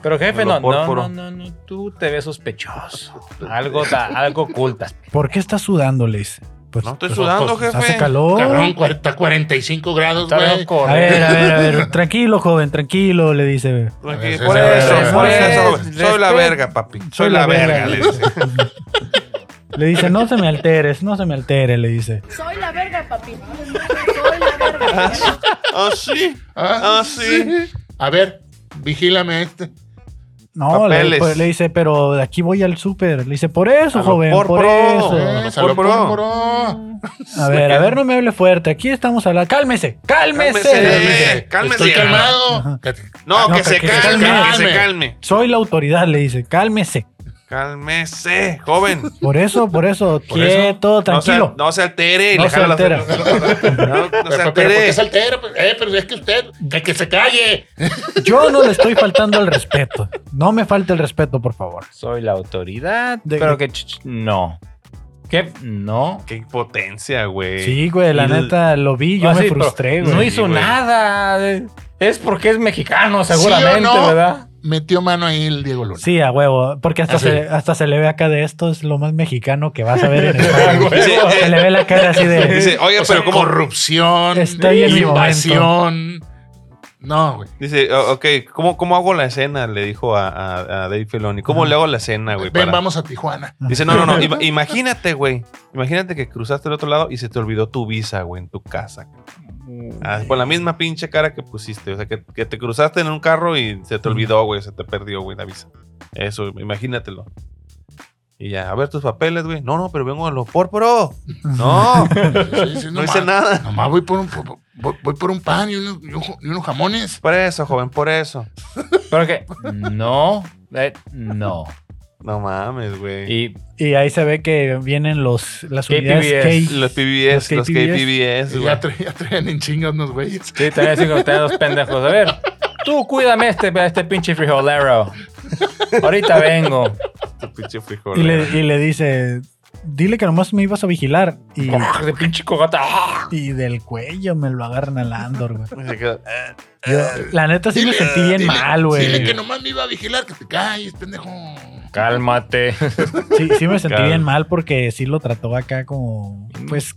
D: Pero jefe,
A: Lo
D: no, no,
A: pórporo.
D: no, no, no, tú te ves sospechoso. Algo, da- algo ocultas.
C: ¿Por qué está sudando, le dice? Pues,
A: No estoy
C: pues,
A: sudando,
C: pues,
A: jefe.
C: Hace calor.
B: Cabrón, 40, 45 grados,
D: Está
B: güey.
D: bien
C: A
D: correcto.
C: ver, a ver, a ver. Tranquilo, joven, tranquilo, le dice.
A: Por
B: A veces
A: eso, por
B: se
A: eso.
B: ve-
A: güey. Soy la verga, papi. Soy la verga, le dice.
C: Le dice, no se me alteres, no se me altere, le dice.
F: Soy la verga,
E: *laughs*
F: papi. Soy la verga.
A: Ah, sí. Ah, sí.
B: A ver, vigílame este.
C: No, le,
A: Papeles.
C: pues, le dice, pero de aquí voy al súper. Le dice, por eso,
A: A lo
C: joven, por,
A: porpro.
C: eso.
A: Eh.
B: Eh, a lo
A: pórporo.
B: pórporo.
C: A ver, a ver, no me hable fuerte. Aquí estamos hablando. Cálmese, cálmese.
A: Cálmese.
C: le dice.
A: Eh, cálmese.
B: Estoy calmado.
A: No,
C: No,
A: que, se calme, que se calme.
C: Soy la autoridad, le dice, cálmese.
A: Cálmese, joven.
C: Por eso, por eso,
B: Por eso,
C: quieto,
A: No se,
C: tranquilo.
A: no se altere. y
C: No
A: le
C: se
A: jala la-
C: altera.
A: No, no
B: Pero,
A: se
B: pero, pero, ¿por
A: altere.
B: qué se altera? Pues, Eh, pero es que usted, de que se calle.
C: Yo no le estoy faltando al respeto. No me falte el respeto, por favor.
D: Soy la autoridad.
C: De-
D: pero
C: de-
D: que... ch- ch- no. ¿Qué? No.
A: Qué impotencia, güey.
C: Sí, güey, la
A: Y-
C: neta lo vi, yo
D: Ah,
C: me
D: sí, pero
C: frustré,
D: No
C: güey.
D: hizo
A: güey.
D: nada. Es porque es mexicano,
B: o
D: seguramente,
B: no?
D: ¿verdad?
B: Metió mano ahí el Diego Luna.
C: Sí, a huevo, porque
A: Ah,
C: hasta
B: Así.
C: se, hasta se le ve acá de esto, es lo más mexicano que vas a ver
A: *laughs*
C: en España.
A: Dice,
C: se le ve la cara así de
A: Dice, oye,
B: O sea,
A: pero ¿cómo?
B: corrupción,
C: Estoy en mi
B: invasión. No, güey.
A: Dice, "O- ok, ¿cómo, ¿cómo hago la escena? Le dijo a, a, a Dave Filoni. ¿Cómo le hago la escena, Ah, güey?
B: Ven,
A: para-
B: vamos a Tijuana. *laughs*
A: Dice, no, no, no. ima- imagínate, güey. Imagínate que cruzaste al otro lado y se te olvidó tu visa, güey, en tu casa. Ah, con la misma pinche cara que pusiste. O sea, que, que te cruzaste en un carro y se te olvidó, güey. Se te perdió, güey, la visa. Eso, imagínatelo. Y ya, a ver tus papeles, güey. No, no, pero vengo a lo pórporo.
B: *laughs*
A: No,
B: Sí, sí,
A: no
B: nomás-
A: hice nada.
B: Nomás voy por un, por- voy, voy por un pan y unos, y un- y unos jamones.
A: Por eso, joven, por eso.
D: Pero que... No. eh, no.
A: No mames, güey.
D: Y
C: y ahí se ve que vienen los las
D: KPBS.
C: unidades K-
A: Los PBS, los
C: los
A: KPBS,
B: Y
A: güey.
B: ya, tra- ya traían en chinga unos güeyes.
D: sí, también así como tener los pendejos. A ver, tú cuídame a este, a este pinche frijolero. Ahorita vengo.
A: Tu pinche
C: y *laughs*
A: frijol. ¿eh?
C: le, y le dice dile que nomás me ibas a vigilar. Y,
D: De pinche cogata. ¡Ah!
C: y del cuello me lo agarran al Andor, güey.
A: Y se queda, eh, *laughs*
C: Yo, la neta sí me
B: Dile-
C: sentí bien
B: dile-
C: mal,
B: Dile que
C: güey.
B: nomás me iba a vigilar, que te calles, pendejo.
C: *laughs*
D: Cálmate.
C: Sí, sí me sentí
A: Claro.
C: bien mal porque sí lo trató acá como, pues,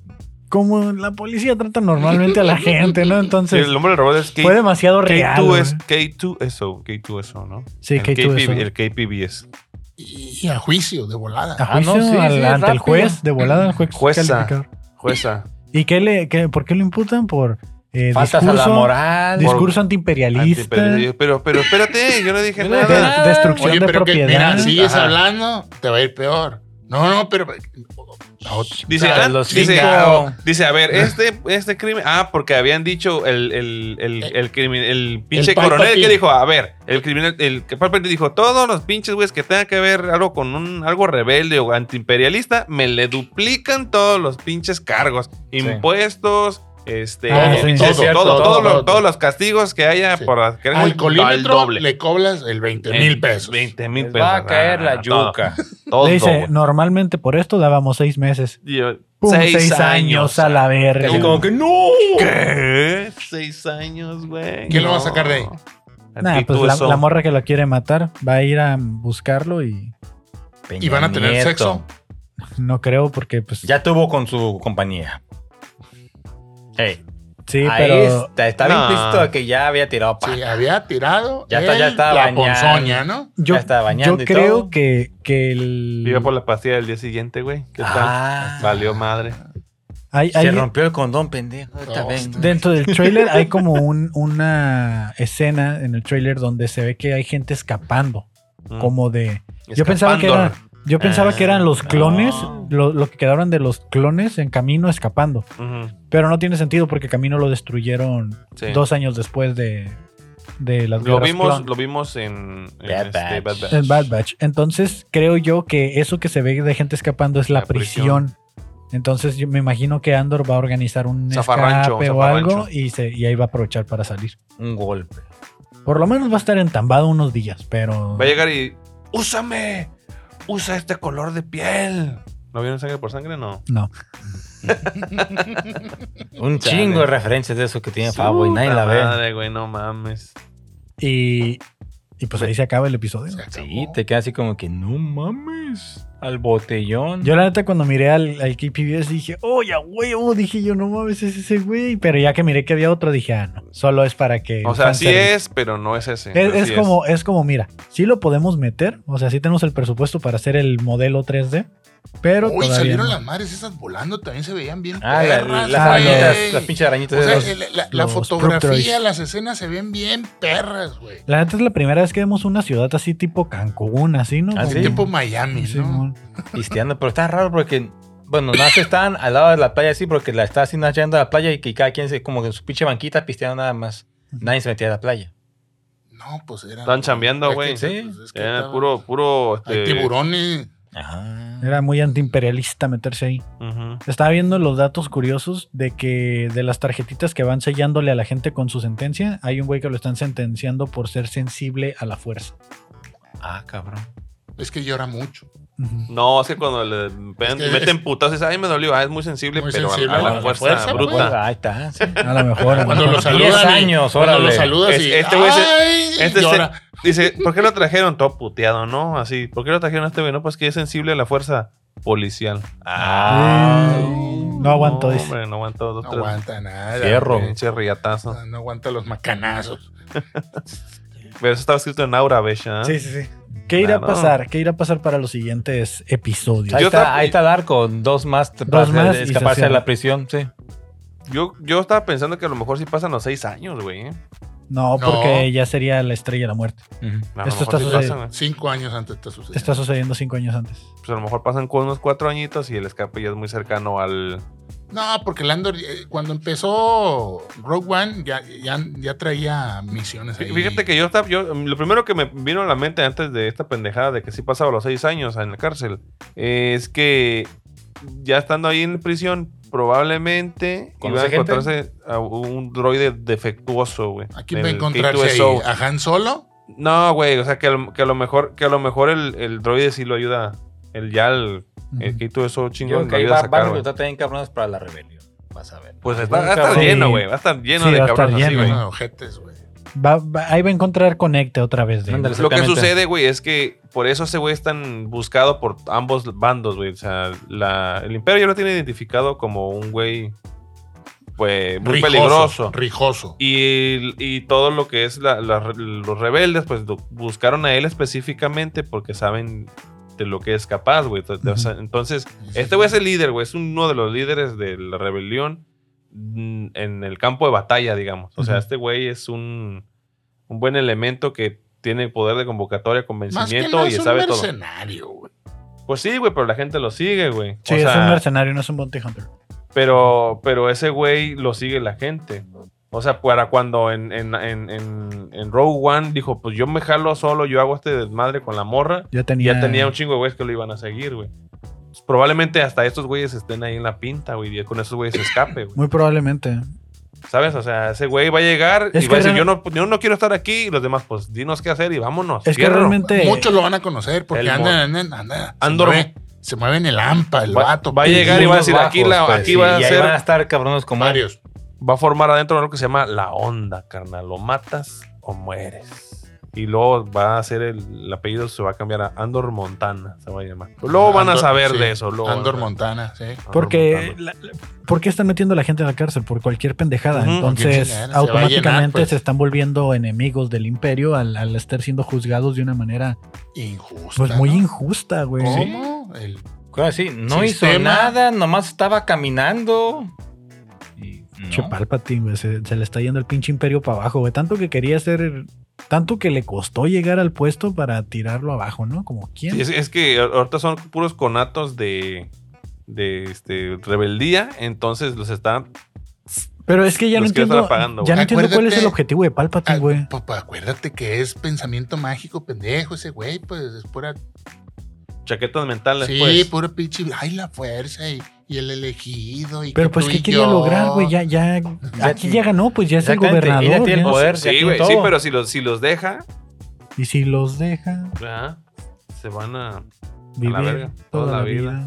C: como la policía trata normalmente a la gente, ¿no?
A: sí,
C: Entonces
A: el nombre del robot es K-
C: fue demasiado real.
A: K2
C: güey.
A: es K2SO. K2SO, ¿no?
C: Sí,
A: El
C: K2SO.
A: El KPBS.
B: Y, y a juicio, de volada.
C: A
D: Ah,
C: juicio,
D: no, sí,
C: al-
D: sí,
C: ante el
D: rápido.
C: juez, de volada al juez
A: Jueza.
C: calificador.
A: Jueza.
C: ¿Y qué le, qué, por qué lo imputan? Por eh,
D: Faltas a la
C: discurso-
D: moral.
C: Discurso antiimperialista.
A: Antiperdido. Pero, pero espérate, yo no dije
D: Yo no dije
A: nada.
D: nada.
C: de- destrucción
B: Oye,
C: de
B: pero que,
C: propiedad.
B: mira, sigues
A: Ajá.
B: hablando, te va a ir peor. No, no, pero. No,
A: Dice,
D: Ah,
A: ah,
D: los
A: dice,
D: cinco.
A: ah, dice, a ver, este, este crimen. Ah, porque habían dicho el, el, el,
D: Eh.
A: el, crimen- el pinche
B: El
A: coronel
B: Palpatine.
A: que dijo, a ver, el criminal, el que Palpatine dijo, todos los pinches güeyes que tengan que ver algo con un algo rebelde o antiimperialista, me le duplican todos los pinches cargos, impuestos. Este,
C: Ah,
A: todo,
C: sí.
A: todo,
D: Sí, cierto,
A: todo,
D: todo,
A: todos los-
B: todo.
A: todos los castigos que haya
B: Sí.
A: por hacer
B: Al colímetro
A: doble.
B: le cobras el 20 mil pesos.
A: 20 mil
D: Les
A: pesos.
D: va a caer
A: Ah,
D: la
A: todo,
D: yuca.
A: Todo.
C: Le dice,
A: güey.
C: normalmente por esto dábamos seis meses.
A: Y yo,
C: Pum,
A: seis,
C: seis, años a la verga.
D: Así como que no.
A: ¿Qué? Seis años, güey.
B: ¿Quién lo va a sacar de ahí?
C: Nah, pues la, la morra que lo quiere matar va a ir a buscarlo y
D: Peña
B: ¿Y van a tener
D: Nieto.
B: sexo?
C: no creo porque pues
D: Ya tuvo con su compañía. Hey,
C: sí,
D: ahí
C: pero
D: está, está
A: No.
D: bien visto que ya había tirado pa.
B: Sí, había tirado
D: Ya está- ya
B: él
D: está
B: la
D: bañado.
B: ponzoña, ¿no?
C: yo,
D: ya estaba
C: yo
D: bañando y
C: creo
D: todo.
C: que, que el
A: Iba por la pastilla del día siguiente, güey. ¿Qué tal?
D: Ah.
A: Valió madre.
C: hay-
D: Se
C: hay-
D: rompió el condón, pendejo. Ahorita
B: No,
D: vengo.
C: dentro del trailer hay como un- una escena en el trailer donde se ve que hay gente escapando,
A: Mm.
C: como de Yo pensaba que
A: Escapando. Eh,
C: era- yo pensaba
D: Ah,
C: que eran los clones,
D: no.
C: lo, lo que quedaron de los clones en camino escapando.
A: Ujú,
C: Pero no tiene sentido porque camino lo destruyeron
A: sí.
C: dos años después de, de las
A: Lo
C: guerras
A: vimos,
C: clon.
A: lo vimos en, en
D: Bad
A: este,
D: Batch.
A: Bad
C: En Bad Batch. Entonces creo yo que eso que se ve de gente escapando es la,
A: La prisión.
C: prisión. Entonces yo me imagino que Andor va a organizar un
A: Zafarrancho,
C: escape o
A: zafarrancho.
C: algo y, se, y ahí va a aprovechar para salir.
D: Un golpe.
C: Por lo menos va a estar entambado unos días, pero...
A: Va a llegar y. ¡Úsame! ¡Usa este color de piel! ¿No vieron sangre por sangre? No.
C: No.
B: Oh, *laughs*
D: Un
A: Chale.
D: chingo de referencias de eso que tiene Pavo y nadie la
A: Puta
D: ve.
A: Madre, güey, no mames.
C: Y, y pues ahí se acaba el episodio.
B: Se acabó.
D: Sí, te queda así como que no mames. Al botellón.
C: Yo la neta cuando miré al, al KPBS dije, oh, ya huevo, dije yo, no mames, es ese güey. Pero ya que miré que había otro, dije, ah, no, solo es para que...
A: O
C: el
A: sea, sí
C: fanservice".
A: es, pero no es ese.
C: Es, es
A: Así
C: como, es como, mira, sí lo podemos meter, o sea, sí tenemos el presupuesto para hacer el modelo 3D, pero
B: Uy,
C: todavía
B: salieron
C: no.
B: las madres esas volando, también se veían bien.
D: Ah, la-
B: perras,
D: las
C: ah,
B: güey.
D: arañitas, las pinches arañitas.
B: O sea, eh,
D: esas.
B: la, la- la
C: los
B: fotografía,
C: Proctors.
B: las escenas se ven bien perras, güey.
C: La neta es la primera vez que vemos una ciudad así tipo Cancún, así, ¿no?
D: Ah,
C: Como-
D: Sí.
B: Tipo Miami,
C: Sí,
B: ¿no?
C: mon.
D: pisteando, pero está raro porque, bueno, no están al lado de la playa así porque la está así nada yendo a la playa y que cada quien se, como que en su pinche banquita pisteando nada más. Nadie se metía a la playa.
B: No, pues eran.
A: Están chambeando,
B: es que-
A: güey.
D: Sí.
B: pues es que
A: Era
B: estaba-
A: puro, puro. Este,
B: Hay tiburones.
D: Ajá.
C: Era muy antiimperialista meterse ahí.
A: ujú.
C: Estaba viendo los datos curiosos de que de las tarjetitas que van sellándole a la gente con su sentencia, hay un güey que lo están sentenciando por ser sensible a la fuerza.
D: Ah, cabrón.
B: Es que llora mucho.
C: Ujú.
A: No, es que cuando le pegan-
B: Es que-
A: meten putazos, dices, ay, me dolió, ah, es muy sensible,
B: Muy
A: pero a-
B: sensible
A: a, la,
B: a la
A: fuerza,
B: fuerza,
A: bruta.
B: pues.
D: Ahí está. ah, sí.
C: A lo mejor. a lo
B: Cuando
C: mejor.
B: lo saludan.
D: Diez
B: y-
D: años,
B: Cuando lo
D: órale.
B: saludas
A: Es-
B: y.
A: este güey se-
B: ¡ay!
A: este se-
B: llora.
A: Dice, ¿por qué lo trajeron? Todo puteado, ¿no? Así, ¿por qué lo trajeron a este güey? No, pues que es sensible a la fuerza policial.
D: Ah.
C: No aguantó,
A: no,
C: dice.
A: hombre, no aguantó. Dos,
B: No
A: tres-
B: aguanta nada.
D: Fierro.
A: Pinche riatazo.
B: No, no aguanta los macanazos.
A: Pero eso estaba escrito en Aura ¿eh? Besha.
C: Sí, sí, sí. ¿Qué irá
A: Claro.
C: a pasar? ¿Qué irá a pasar para los siguientes episodios?
D: Ahí
A: Yo
D: está,
A: también-
D: ahí está Darko, dos más t- para
C: más y
D: escaparse
C: se
D: de la
C: cierra.
D: prisión, sí.
A: Yo, yo estaba pensando que a lo mejor sí pasan los seis años, güey. ¿eh?
C: No,
B: No.
C: porque ya sería la estrella de la muerte.
A: A lo
C: Esto
A: mejor
C: está
A: sí
C: sucediendo.
A: pasan, güey.
B: Cinco años antes está sucediendo.
C: Está sucediendo cinco años antes.
A: Pues a lo mejor pasan con unos cuatro añitos y el escape ya es muy cercano al.
B: No, porque Landor, eh, cuando empezó Rogue One, ya, ya, ya traía misiones ahí.
A: Fí- Fíjate que yo estaba. Yo, lo primero que me vino a la mente antes de esta pendejada de que sí pasaba los seis años en la cárcel es que ya estando ahí en prisión, probablemente iba a
D: ¿Conoce gente?
A: encontrarse a un droide defectuoso, güey.
B: ¿A quién va a
A: El
B: encontrarse ahí?
A: K2SO.
B: ¿A Han Solo?
A: No, güey, o sea, que, a lo- que a lo mejor, que a lo mejor el, el droide sí lo ayuda el Yal, el
B: Ujú.
A: Eh, que todo eso
D: Yo
A: chingón
D: creo
A: lo
D: que ahí
A: ayuda a
D: va- van a
A: sacar, güey.
D: reclutar también cabrones para la rebelión. Vas a ver.
A: Pues va, va a
C: cabrón.
A: estar lleno,
C: Sí.
A: güey. Va a estar lleno
C: Sí,
A: de
C: va a estar
A: cabrones así,
C: lleno.
A: güey.
B: Lleno de ojetes, güey.
C: Va- va- ahí va a encontrar Conecte otra vez. De,
D: Ándale.
A: Lo que
D: Exactamente.
A: sucede, güey, es que por eso ese güey es tan buscado por ambos bandos, güey. O sea, la- el imperio ya lo tiene identificado como un güey, pues, muy
B: Rijoso,
A: peligroso.
B: Rijoso.
A: Y, y todo lo que es la- la- los rebeldes, pues lo buscaron a él específicamente porque saben de lo que es capaz, güey. Entonces,
C: Ujú.
A: o sea, entonces, este güey es el líder, güey. Es uno de los líderes de la rebelión mm, en el campo de batalla, digamos. O sea,
C: Ujú.
A: este güey es un, un buen elemento que tiene poder de convocatoria,
B: Más que
A: convencimiento
B: nada
A: y
B: es un
A: sabe todo.
B: mercenario, güey.
A: Pues sí, güey, pero la gente lo sigue, güey.
C: Sí,
A: o
C: es un
A: sea,
C: mercenario, no es un bounty hunter.
A: pero, pero ese güey lo sigue la gente. O sea, para cuando en, en, en, en, en Rogue One dijo, pues yo me jalo solo, yo hago este desmadre con la morra.
C: Ya
A: Y
C: tenía,
A: ya tenía un chingo de güeyes que lo iban a seguir, güey. Pues probablemente hasta estos güeyes estén ahí en la pinta, güey. Y con esos güeyes se escape, güey.
C: Muy probablemente.
A: ¿Sabes? O sea, ese güey va a llegar
C: Es
A: y va a
C: que
A: decir,
C: real-
A: yo no, yo no quiero estar aquí. Y los demás, pues dinos qué hacer y vámonos.
C: Es que
A: Pues fierro.
C: realmente.
B: Muchos lo van a conocer porque
A: El
B: andan, andan, andan.
A: Andor-
B: Se mueven, se mueven el AMPA, el
A: Va-
B: vato.
A: va a llegar y va a decir,
D: Unos
A: aquí la- aquí
D: pues sí,
A: va a
D: y ahí
A: ser-
D: van a estar cabrones como
B: Varios.
A: va a formar adentro algo que se llama la onda, carnal. Lo matas o mueres. Y luego va a ser el, el apellido, se va a cambiar a Andor Montana, se va a llamar. Pues Luego van a
B: Andor-
A: saber
B: sí,
A: de eso. luego van a
B: Andor
A: saber.
B: Montana, sí.
A: Andor
C: Porque,
A: Montana.
C: la- la- ¿Por qué están metiendo a la gente a la cárcel? Por cualquier pendejada.
A: Ujú.
B: Cualquier chingada,
C: Entonces,
B: se va a llenar,
C: automáticamente
B: pues.
C: se están volviendo enemigos del imperio al, al estar siendo juzgados de una manera
B: Injusta.
C: pues muy
B: ¿no?
C: injusta, güey.
B: ¿Cómo? El
D: Claro, sí, no hizo
B: Sistema.
D: nada, nomás estaba caminando. Y no.
C: Che, Palpatine, güey, se, se le está yendo el pinche imperio para abajo, güey. Tanto que quería ser, tanto que le costó llegar al puesto para tirarlo abajo, ¿no? Como quién.
A: Sí, es, es que ahorita son puros conatos de, de este, rebeldía, entonces los están.
C: Pero es que ya no
A: Los que ya
C: entiendo,
A: están apagando,
C: ya
B: güey.
C: no entiendo cuál es el
B: Acuérdate-
C: objetivo de Palpatine,
B: Ah,
C: güey.
B: Papá, acuérdate que es pensamiento mágico, pendejo, ese güey, pues es pura.
A: Chaquetas mentales,
B: sí,
A: pues.
B: pura pinche. Ay, la fuerza y, y el elegido. Y
C: Pero
B: que
C: pues,
B: tú
C: ¿qué
B: y
C: quería
B: yo.
C: lograr, güey? Ya, ya, aquí ya ganó, pues ya es el
D: Exactamente,
C: gobernador.
D: ella tiene el
C: ya.
D: poder.
A: Sí,
D: aquí
A: güey,
D: todo.
A: sí, pero si los, si los deja,
C: Y si los deja
A: ajá, se van a.
C: vivir
A: verga,
C: toda, la vida.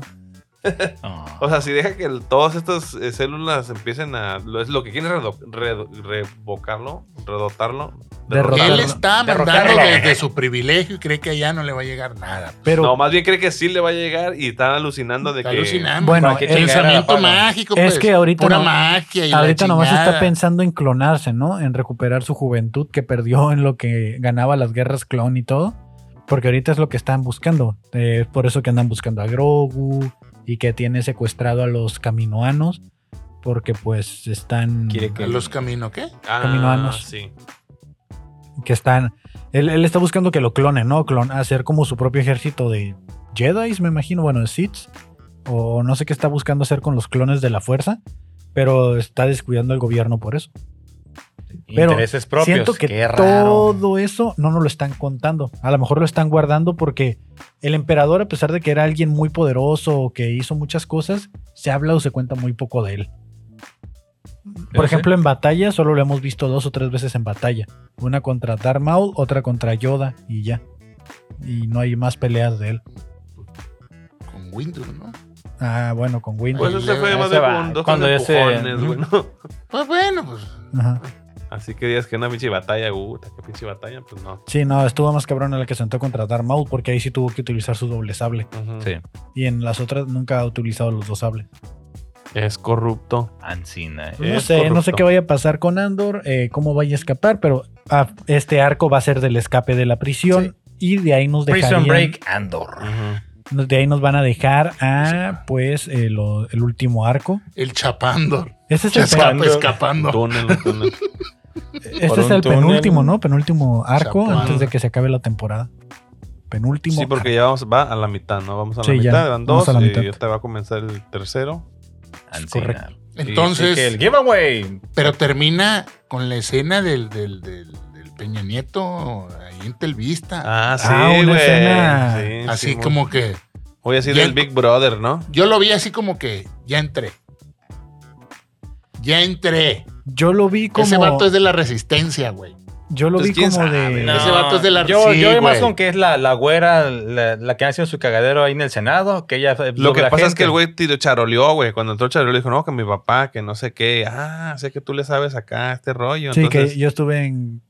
D: No.
A: O sea, si deja que el- todas estas eh, células empiecen a. Lo, es lo que quieren redo- redo- revocarlo, redotarlo.
C: Derrotarlo.
B: Él
A: derrotarlo.
B: está mandando
D: Derrocarlo.
B: desde su privilegio y cree que allá no le va a llegar nada.
C: Pero
A: No, más bien cree que sí le va a llegar y están alucinando de
B: Está
A: que.
B: alucinando.
C: bueno,
D: Para que
C: es-
D: chingue.
B: pensamiento
D: Era la paga.
B: mágico,
C: Es
B: pues.
C: que ahorita
B: Pura
C: no-
B: magia y la
C: ahorita nomás está
B: chingada.
C: pensando en clonarse, ¿no? En recuperar su juventud que perdió en lo que ganaba las guerras clon y todo. Porque ahorita es lo que están buscando. Eh, es por eso que andan buscando a Grogu y que tiene secuestrado a los caminoanos. Porque pues están...
D: Quiere que-
B: ¿A los caminos qué?
A: Ah,
C: Caminoanos.
A: Sí.
C: que están. Él, él está buscando que lo clonen, ¿no? Clon, hacer como su propio ejército de Jedi, me imagino, bueno, de Sith. O no sé qué está buscando hacer con los clones de la fuerza. Pero está descuidando al gobierno por eso. Pero
D: Intereses propios.
C: Siento que
D: Qué raro.
C: todo eso no nos lo están contando. A lo mejor lo están guardando porque el emperador, a pesar de que era alguien muy poderoso o que hizo muchas cosas, se habla o se cuenta muy poco de él. Por
D: Pero sí.
C: ejemplo, en batalla solo lo hemos visto dos o tres veces en batalla. Una contra Darth Maul, otra contra Yoda y ya. Y no hay más peleas de él.
B: Con Windows, ¿no?
C: Ah, bueno, con Windows.
A: Pues
B: Ahí
A: usted
B: le-
A: fue
B: ahí
A: más
D: se
A: de
D: va.
A: un dos
D: Cuando
A: tres
D: ya se-
A: empujones, güey, ¿no?
B: Pues bueno, pues.
C: Ajá.
A: Así que digas que una pinche batalla, uh, qué pinche batalla, pues no.
C: Sí, no, estuvo más cabrón en la que sentó contra Darth Maul porque ahí sí tuvo que utilizar su doble sable.
A: Ujú.
D: Sí.
C: Y en las otras nunca ha utilizado los dos sables.
A: Es corrupto.
D: Ancina. eh.
C: Pues No
A: Es
C: sé, no sé
A: corrupto.
C: qué vaya a pasar con Andor, eh, cómo vaya a escapar, pero ah, este arco va a ser del escape de la prisión y de ahí nos
D: Prison
C: dejarían-
D: Break Andor.
C: nos- de ahí nos van a dejar a pues eh, lo- el último arco.
B: El chapando.
C: Este es el,
B: Escapa-
C: pen-
B: escapando.
A: Túnel, túnel.
C: *laughs* este
D: Por
C: es
D: un
C: el
D: túnel.
C: penúltimo, ¿no? Penúltimo arco
B: Chapando.
C: antes de que se acabe la temporada. Penúltimo.
A: Sí, porque ya vamos, va a la mitad, ¿no? Vamos a la
C: Sí, ya,
A: mitad, van
C: vamos
A: dos
C: a la
A: y
C: mitad.
A: ahorita va a comenzar el tercero.
D: Ancina.
C: correcto.
D: Y- y
B: Entonces.
D: que el giveaway.
B: Pero termina con la escena del, del, del- del Peña Nieto ahí en Telvista.
A: Ah,
C: sí, Ah, una güey. escena.
A: Sí,
B: así
A: sí,
B: como que.
A: Voy a decir
B: Ya-
A: del Big Brother, ¿no?
B: Yo lo vi así como que ya entré. Ya entré.
C: Yo lo vi como
B: Ese vato es de la resistencia, güey.
C: Yo lo
A: Pues,
C: vi
A: ¿quién
C: como
A: sabe,
C: de.
A: no?
B: Ese vato es de la-
D: Yo,
B: Sí,
D: yo
B: güey.
D: más con que es la, la güera, la, la que ha sido su cagadero ahí en el Senado, que ella.
A: Lo que pasa es que el güey tiro charoleó, güey. Cuando entró charoleó, dijo, no, que mi papá, que no sé qué. Ah, sé que tú le sabes acá este rollo.
C: Sí,
A: Entonces,
C: que yo estuve en.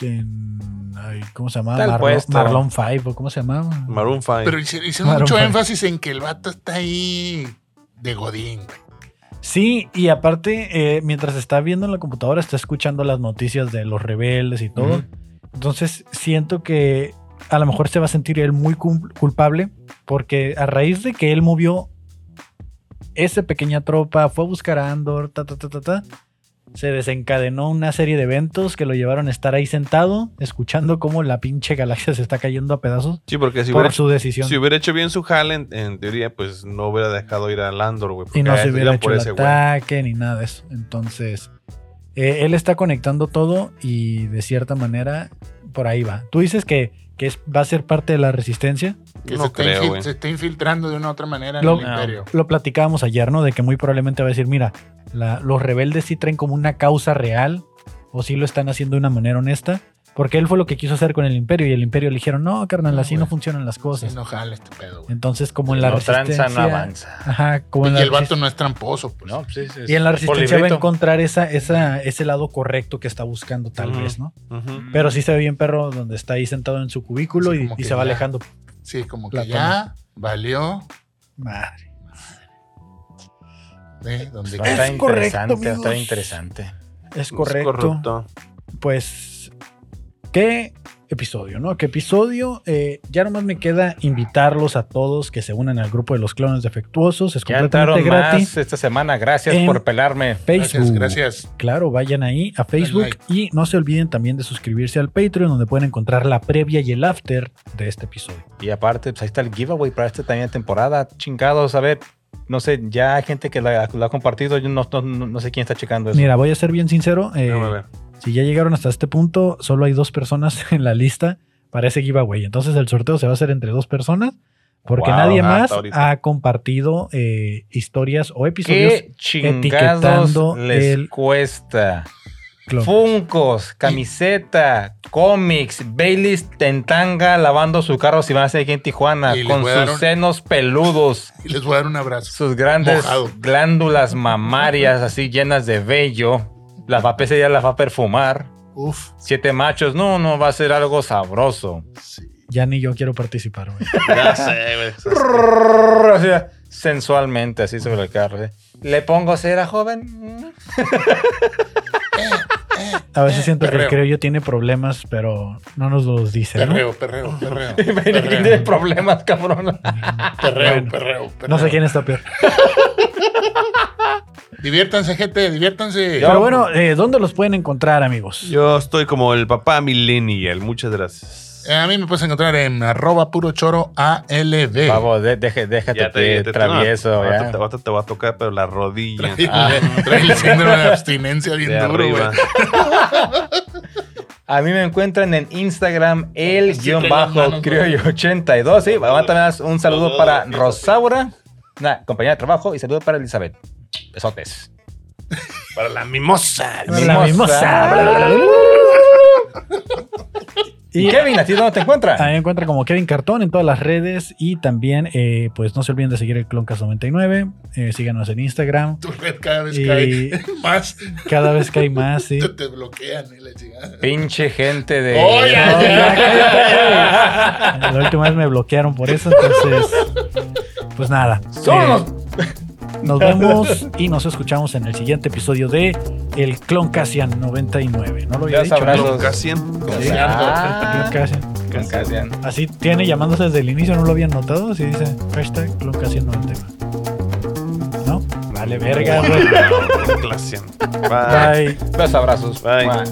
C: en ay, ¿Cómo se llamaba?
D: Tal
C: Marlo-
D: puesto.
C: Marlon Five, ¿o ¿cómo se llamaba?
A: Maroon 5.
B: Pero hici- hicieron
C: Maroon
B: mucho
C: five.
B: énfasis en que el vato está ahí de Godín, güey.
C: Sí, y aparte, eh, mientras está viendo en la computadora, está escuchando las noticias de los rebeldes y todo.
D: Ujú.
C: Entonces, siento que a lo mejor se va a sentir él muy cul- culpable, porque a raíz de que él movió esa pequeña tropa, fue a buscar a Andor, ta, ta, ta, ta, ta, se desencadenó una serie de eventos que lo llevaron a estar ahí sentado, escuchando cómo la pinche galaxia se está cayendo a pedazos
A: Sí, porque si
C: por
A: hubiera,
C: su decisión.
A: si hubiera hecho bien su jale, en, en teoría, pues no hubiera dejado ir a Landor, güey.
C: Y
A: porque
C: no
A: a
C: se
A: él
C: hubiera
A: iban
C: hecho el ataque ni nada de eso. Entonces, eh, él está conectando todo y de cierta manera por ahí va. Tú dices que, que es- va a ser parte de la resistencia.
B: Que
A: No
B: se, está
A: creo,
B: infil-
A: güey.
B: se está infiltrando de una u otra manera en
C: Lo-
B: el imperio.
C: Lo platicábamos ayer, ¿no? De que muy probablemente va a decir, mira, la- los rebeldes sí traen como una causa real o sí lo están haciendo de una manera honesta. Porque él fue lo que quiso hacer con el imperio y el imperio le dijeron, no, carnal,
B: No,
C: así no
B: güey.
C: funcionan las
B: Se
C: cosas.
B: enojala este pedo, güey.
C: Entonces, como en la
D: no
C: resistencia...
D: tranza, no avanza.
C: Ajá, como en
B: Y
C: la
B: el
C: resist-
B: vato no es tramposo, pues.
D: No, pues es- es
C: Y en la
D: por
C: resistencia va a
D: librito.
C: encontrar esa, esa, ese lado correcto que está buscando, tal
A: Ujú.
C: vez, ¿no?
A: Ujú.
C: Pero sí se ve bien perro donde está ahí sentado en su cubículo
B: Sí,
C: y,
B: como
C: y
B: que
C: se va
B: ya.
C: alejando.
B: Sí, como
C: La
B: que ya valió.
C: Madre.
B: ¿eh? Donde
D: Va a estar
C: Es
D: interesante,
C: correcto,
D: va a estar
C: amigos.
D: interesante.
C: Es
A: Es
C: correcto.
A: corrupto.
C: Pues, ¿qué episodio, no? ¿Qué episodio? Eh, ya nomás me queda invitarlos a todos que se unan al grupo de los clones defectuosos. Es
D: Ya
C: completamente
D: entraron
C: gratis.
D: más esta semana. Gracias
C: En-
D: por pelarme.
C: Facebook.
B: Gracias, gracias.
C: Claro, vayan ahí a Facebook
B: like.
C: y no se olviden también de suscribirse al Patreon donde pueden encontrar la previa y el after de este episodio.
D: Y aparte, pues ahí está el giveaway para esta también temporada. Chingados, a ver. No sé, ya hay gente que la, la ha compartido. Yo no, no- no- no sé quién está checando eso.
C: Mira, voy a ser bien sincero. eh,
A: Déjame ver.
C: Si ya llegaron hasta este punto, solo hay dos personas *laughs* en la lista para ese giveaway. Entonces el sorteo se va a hacer entre dos personas porque
D: Wow,
C: nadie
A: hasta
C: más
A: ahorita.
C: ha compartido eh, historias o episodios.
D: ¿Qué chingados
C: etiquetando
D: les
C: el-
D: cuesta?
C: clones.
D: Funcos, camiseta, cómics, Baileys tentanga lavando su carro si van a ser aquí en Tijuana,
B: Y les
D: con
B: voy a dar
D: sus
B: un-
D: senos peludos,
B: Y les voy a dar un abrazo.
D: sus grandes
B: Mojado.
D: glándulas mamarias así llenas de vello. Las va a ese día las va a perfumar.
B: Uf,
D: Siete machos, no, no, va a ser algo sabroso.
B: sí.
C: Ya ni yo quiero participar. güey.
A: Ya sé, güey.
D: Prrrr, así, sensualmente, así sobre el carro. ¿eh? Le pongo cera, *laughs* joven.
C: A veces siento que el
B: perreo.
C: creo yo tiene problemas, pero no nos los dice. ¿no?
B: Perreo,
C: *laughs*
B: perreo, perreo.
D: Imagínate que tiene problemas, cabrón.
B: Perreo,
C: Bueno,
B: perreo, perreo.
C: No sé quién está peor.
B: Diviértanse, gente, diviértanse.
C: Pero bueno, eh, ¿dónde los pueden encontrar, amigos?
A: Yo estoy como el papá millennial. Muchas gracias.
B: Eh, A mí me puedes encontrar en arroba puro choro ALB.
D: Vamos, de- deje- déjate que travieso.
A: no,
D: ya.
A: ahorita te- ahorita te va a tocar, pero la rodilla.
B: *laughs* Trae
C: *laughs*
B: el síndrome de abstinencia bien
A: de
B: duro, güey.
A: arriba.
D: A mí me encuentran en Instagram el
B: Sí,
D: guión
B: traigo las
D: bajo
B: manos,
D: criollo82. Sí, vamos a también un saludo
A: Saludos,
D: para
A: sí.
D: Rosaura, una compañera de trabajo, y saludo para Elizabeth. Besotes.
A: Para la mimosa.
C: La
A: *laughs*
C: mimosa.
D: Y Kevin, ¿a ti dónde te encuentras?
C: Ahí encuentra como Kevin Cartón en todas las redes y también, eh, pues no se olviden de seguir el Cloncast99, eh, síganos en Instagram.
B: Tu red cada vez
C: Y-
B: cae *laughs* más.
C: Cada vez que hay
B: *laughs*
C: más, sí. Oh,
B: Te, te bloquean y la chingada.
D: Pinche gente de.
B: Oye,
C: No, ya, cállate, güey. La última vez me bloquearon por eso, entonces, pues nada. Eh,
D: Son
C: nos vemos y nos escuchamos en el siguiente episodio de El Cloncasian 99. No lo había
D: Ya
C: dicho.
D: sabrás.
C: ¿no?
A: Nunca siempre.
D: los. Ah,
C: Cloncasian.
D: Caucasian.
C: Así tiene llamándose desde el inicio, no lo habían notado. Si dice hashtag cloncasian99. ¿No?
D: *laughs*
C: Vale, verga, güey.
A: Nunca siempre. Bye.
C: Bye.
D: Los abrazos.
A: Bye.
D: Mua.